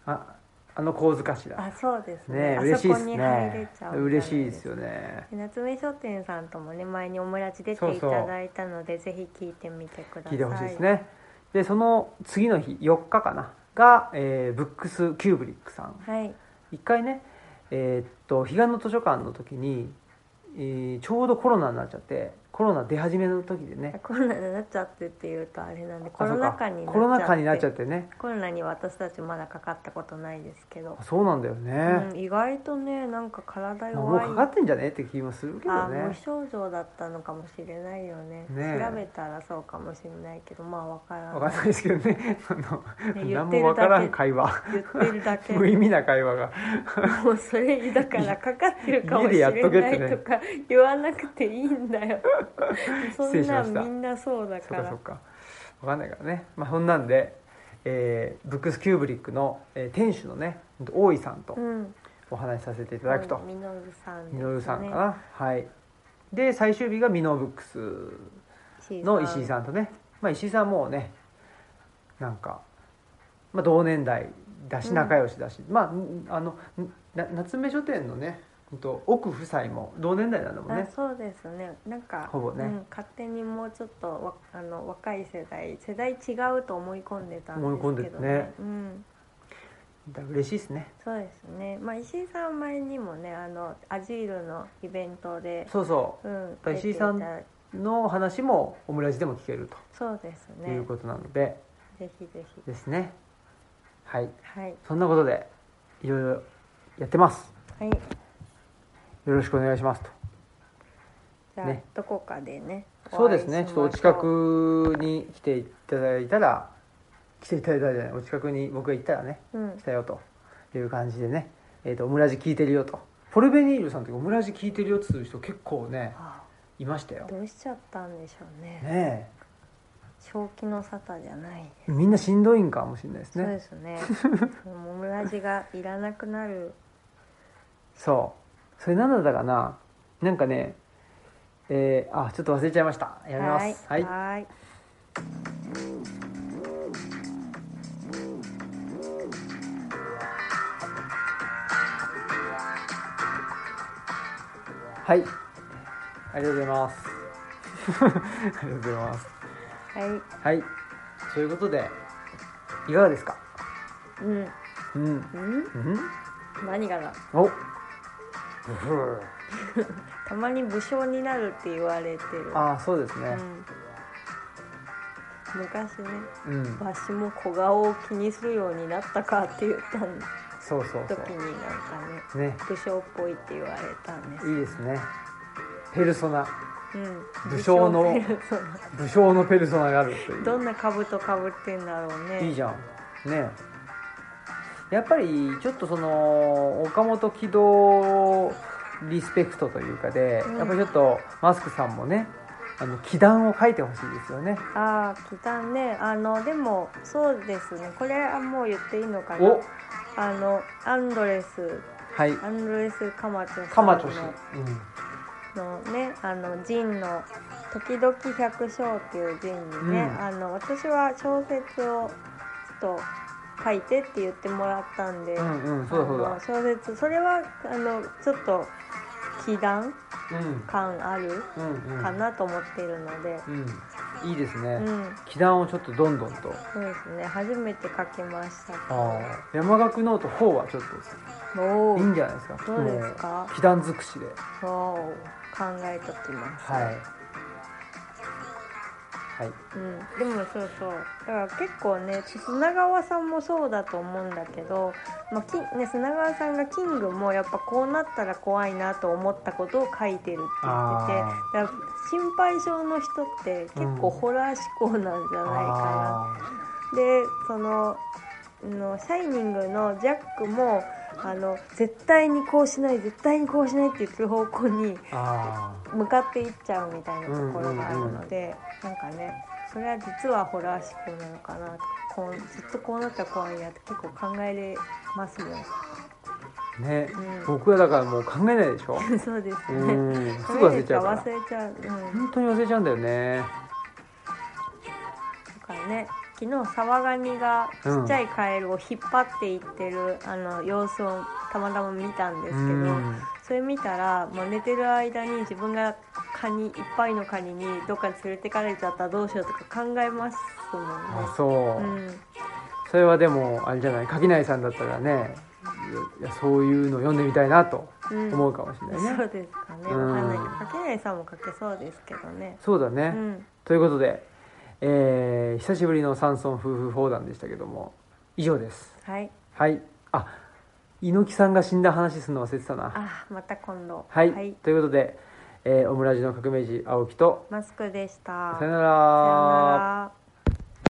S1: ああの構図かしら
S2: あそうです
S1: ね
S2: ね
S1: 嬉しい
S2: あ
S1: で
S2: そ
S1: す
S2: こに入れ
S1: ね
S2: ちゃう
S1: 嬉しいです
S2: よ
S1: よね
S2: 夏目書店さんともね前にオムラジ出
S1: そう
S2: てい
S1: そう
S2: ただいたのでぜひ聞いてみてください
S1: 聞いてほしいですねでその次の日4日かなが、えーブックスキューブリックさん
S2: はい
S1: 一回ねえーっと彼岸の図書館の時に、えーちょうどコロナになっちゃってコロナ出始めの時でね
S2: コロナになっちゃってっていうとあれなんでコ
S1: あそ
S2: ロ
S1: う
S2: ナ
S1: か
S2: 禍に
S1: コロナ禍になっちゃ
S2: っ
S1: ってね
S2: コロナに私たちまだかかったことないですけど、
S1: そうなんだよね、
S2: うん、意外とねなんか体
S1: まあもう
S2: 弱い
S1: かかってんじゃねって気もするけど
S2: あ無
S1: ね
S2: 症状だったのかもしれないよね
S1: ねえ
S2: 調べたらそうかもしれないけどまあわから
S1: 分かんないですけどね その
S2: ね言
S1: 何
S2: って
S1: も分
S2: る
S1: から
S2: だ
S1: ん会話
S2: け言ってるだけ
S1: 無意味な会話が
S2: もうそれだからかかってるかも
S1: 家
S2: し
S1: でやっ
S2: れ
S1: とけってね
S2: ないとか言わなくていい んだよそ
S1: 失礼
S2: ん
S1: し
S2: な
S1: ま
S2: ん
S1: した
S2: みんなそうだ
S1: そ
S2: か
S1: うかそ
S2: ら
S1: うか分かんないからねまあそんなんで、えーブックスキューブリックの、えー店主のね大井さんと
S2: うん
S1: お話しさせていただくと、
S2: みのるさんです
S1: み
S2: ね
S1: のるさんかな、はいで最終日がミノーブックスの石井さんとね、まあ、石井さんもうねなんか、まあ、同年代だし
S2: うん
S1: 仲良しだし、まあんあのんな夏目書店のねほんと奥夫妻も同年代なんだもん
S2: あ
S1: ね
S2: そうですねなんか
S1: ほぼね
S2: うん、勝手にもうちょっとわあの若い世代世代違うと思い込んでたんですけど、ね、
S1: 思い込んでたね
S2: うん、
S1: だ嬉しいですね
S2: そうですね、まあ、石井さんは前にもねあのアジールのイベントで、
S1: そうそう
S2: ん、
S1: ぱ石井さん
S2: 出ていた
S1: の話もオムラジでも聞ける
S2: そうです
S1: とい
S2: ね
S1: うことなので
S2: ぜひぜひ
S1: ですねはい
S2: はい
S1: そんなことでいろいろやってます
S2: はい
S1: よろしくお願いしますと
S2: じゃあ、
S1: ね
S2: どこかでね
S1: そうですねちょっとお近
S2: お会いしましょう
S1: くに来ていただいたら来ていただいたらじゃないお近くに僕が行ったらね
S2: うん
S1: 来たよという感じでね、えー、とオムラジ聞いてるよとポルベニールさんってオムラジ聞いてるよっつう人結構ね
S2: あ
S1: いましたよ
S2: どうしちゃったんでしょうね
S1: ね
S2: 正気の沙汰じゃないです
S1: えみんなしんどいんかもしれないです
S2: そうで
S1: ね
S2: すね。オムラジがいらなくなる。
S1: そうそれ何だったかななんかねえー、あちょっと忘れちゃいましたやめます
S2: は。
S1: はいい、
S2: はい。
S1: はい、ありがとうございます ありがとうございます
S2: はい。
S1: はいということでいかがですか
S2: うん。
S1: うんうん
S2: うん。何がな。
S1: おブフー
S2: たまに武将になるって言われてる。
S1: ああそうです
S2: う
S1: ね
S2: ん。昔ね、
S1: うん、
S2: わしも小顔を気にするようになったかって言った
S1: そうそうそ
S2: 時になんかね、
S1: うね
S2: 武将っぽいって言われたんです。
S1: いいですねペルソナ
S2: うん。
S1: 武将の
S2: 武 ペルソナ
S1: 武将のペルソナがあるという
S2: どんな兜かぶってんだろうね。
S1: いいじゃんねやっぱりちょっとその岡本喜動リスペクトというかで、
S2: うん
S1: やっぱりちょっとマスクさんもねあの祈願を書いてほしいですよね
S2: ああ来たねあのでもそうですねこれはもう言っていいのかな
S1: お
S2: あのアンドレス
S1: はい
S2: アンドレス・カマチョさんの
S1: カマチョ氏、うん、
S2: のねあのジンの「時々百姓」っていうジンにね、
S1: うん
S2: あの私は小説をちょっと書いてって言ってもらったんで、
S1: うんうんそうだそう
S2: あの
S1: だ
S2: 小説それはあのちょっと祈願
S1: うん
S2: 感ある
S1: うんうん
S2: かなと思っているので、
S1: うんいいです
S2: うん
S1: ね祈願をちょっとどんどんと
S2: そうですね初めて書きました
S1: 山岳ノート4はちょっ
S2: お
S1: と
S2: お
S1: いいんじゃないですか
S2: どうですか
S1: もう祈願尽くしで
S2: そう考えときます、
S1: はいはい
S2: うん、でもそうそうだから結構ね砂川さんもそうだと思うんだけど、まあきね、砂川さんが「キング」もやっぱこうなったら怖いなと思ったことを書いてるって言ってて
S1: あ
S2: だから心配性の人って結構ホラー思考なんじゃないか
S1: あ
S2: な、でそのあの「シャイニング」のジャックもあの絶対にこうしない絶対にこうしないって言ってる方向に
S1: ーあ
S2: 向かっていっちゃうみたいなところがあるので、なんかねそれは実はホラー思考なのかなこうずっとこうなったら怖いなって結構考えれますもん、
S1: ーね
S2: う
S1: 僕はだからもう考えないでしょ
S2: ん、 そうです
S1: う
S2: ね
S1: んすぐ忘れちゃうか
S2: 考
S1: ら
S2: えるか忘れちゃう、うん、だ
S1: 本当に忘れちゃうんだよね
S2: からね昨日沢ガニがちっちゃいカエルを引っ張っていってる、あの様子をたまたま見たんです
S1: う
S2: けど、
S1: ん
S2: それ見たらもう寝てる間に自分がカニいっぱいのカニにどっかに連れてかれちゃったらどうしようとか考えますもんね。
S1: あそう、
S2: うん
S1: それはでもあれじゃない垣内さんだったらねいやそういうの読んでみたいなと
S2: うん
S1: 思うかもしれないね、
S2: そうですかね。
S1: うん
S2: わかんないけど、かけないさんもかけそうですけどね。
S1: そうだね、
S2: うん。
S1: ということで、えー久しぶりの山村夫婦砲弾でしたけども以上です
S2: はい。
S1: はいあ猪木さんが死んだ話するの忘れてたな
S2: あ、また今度。
S1: はい、ということで、えーオムラジの革命児青木と
S2: マスクでした。
S1: さよ
S2: さよ
S1: な
S2: な
S1: ら
S2: ら。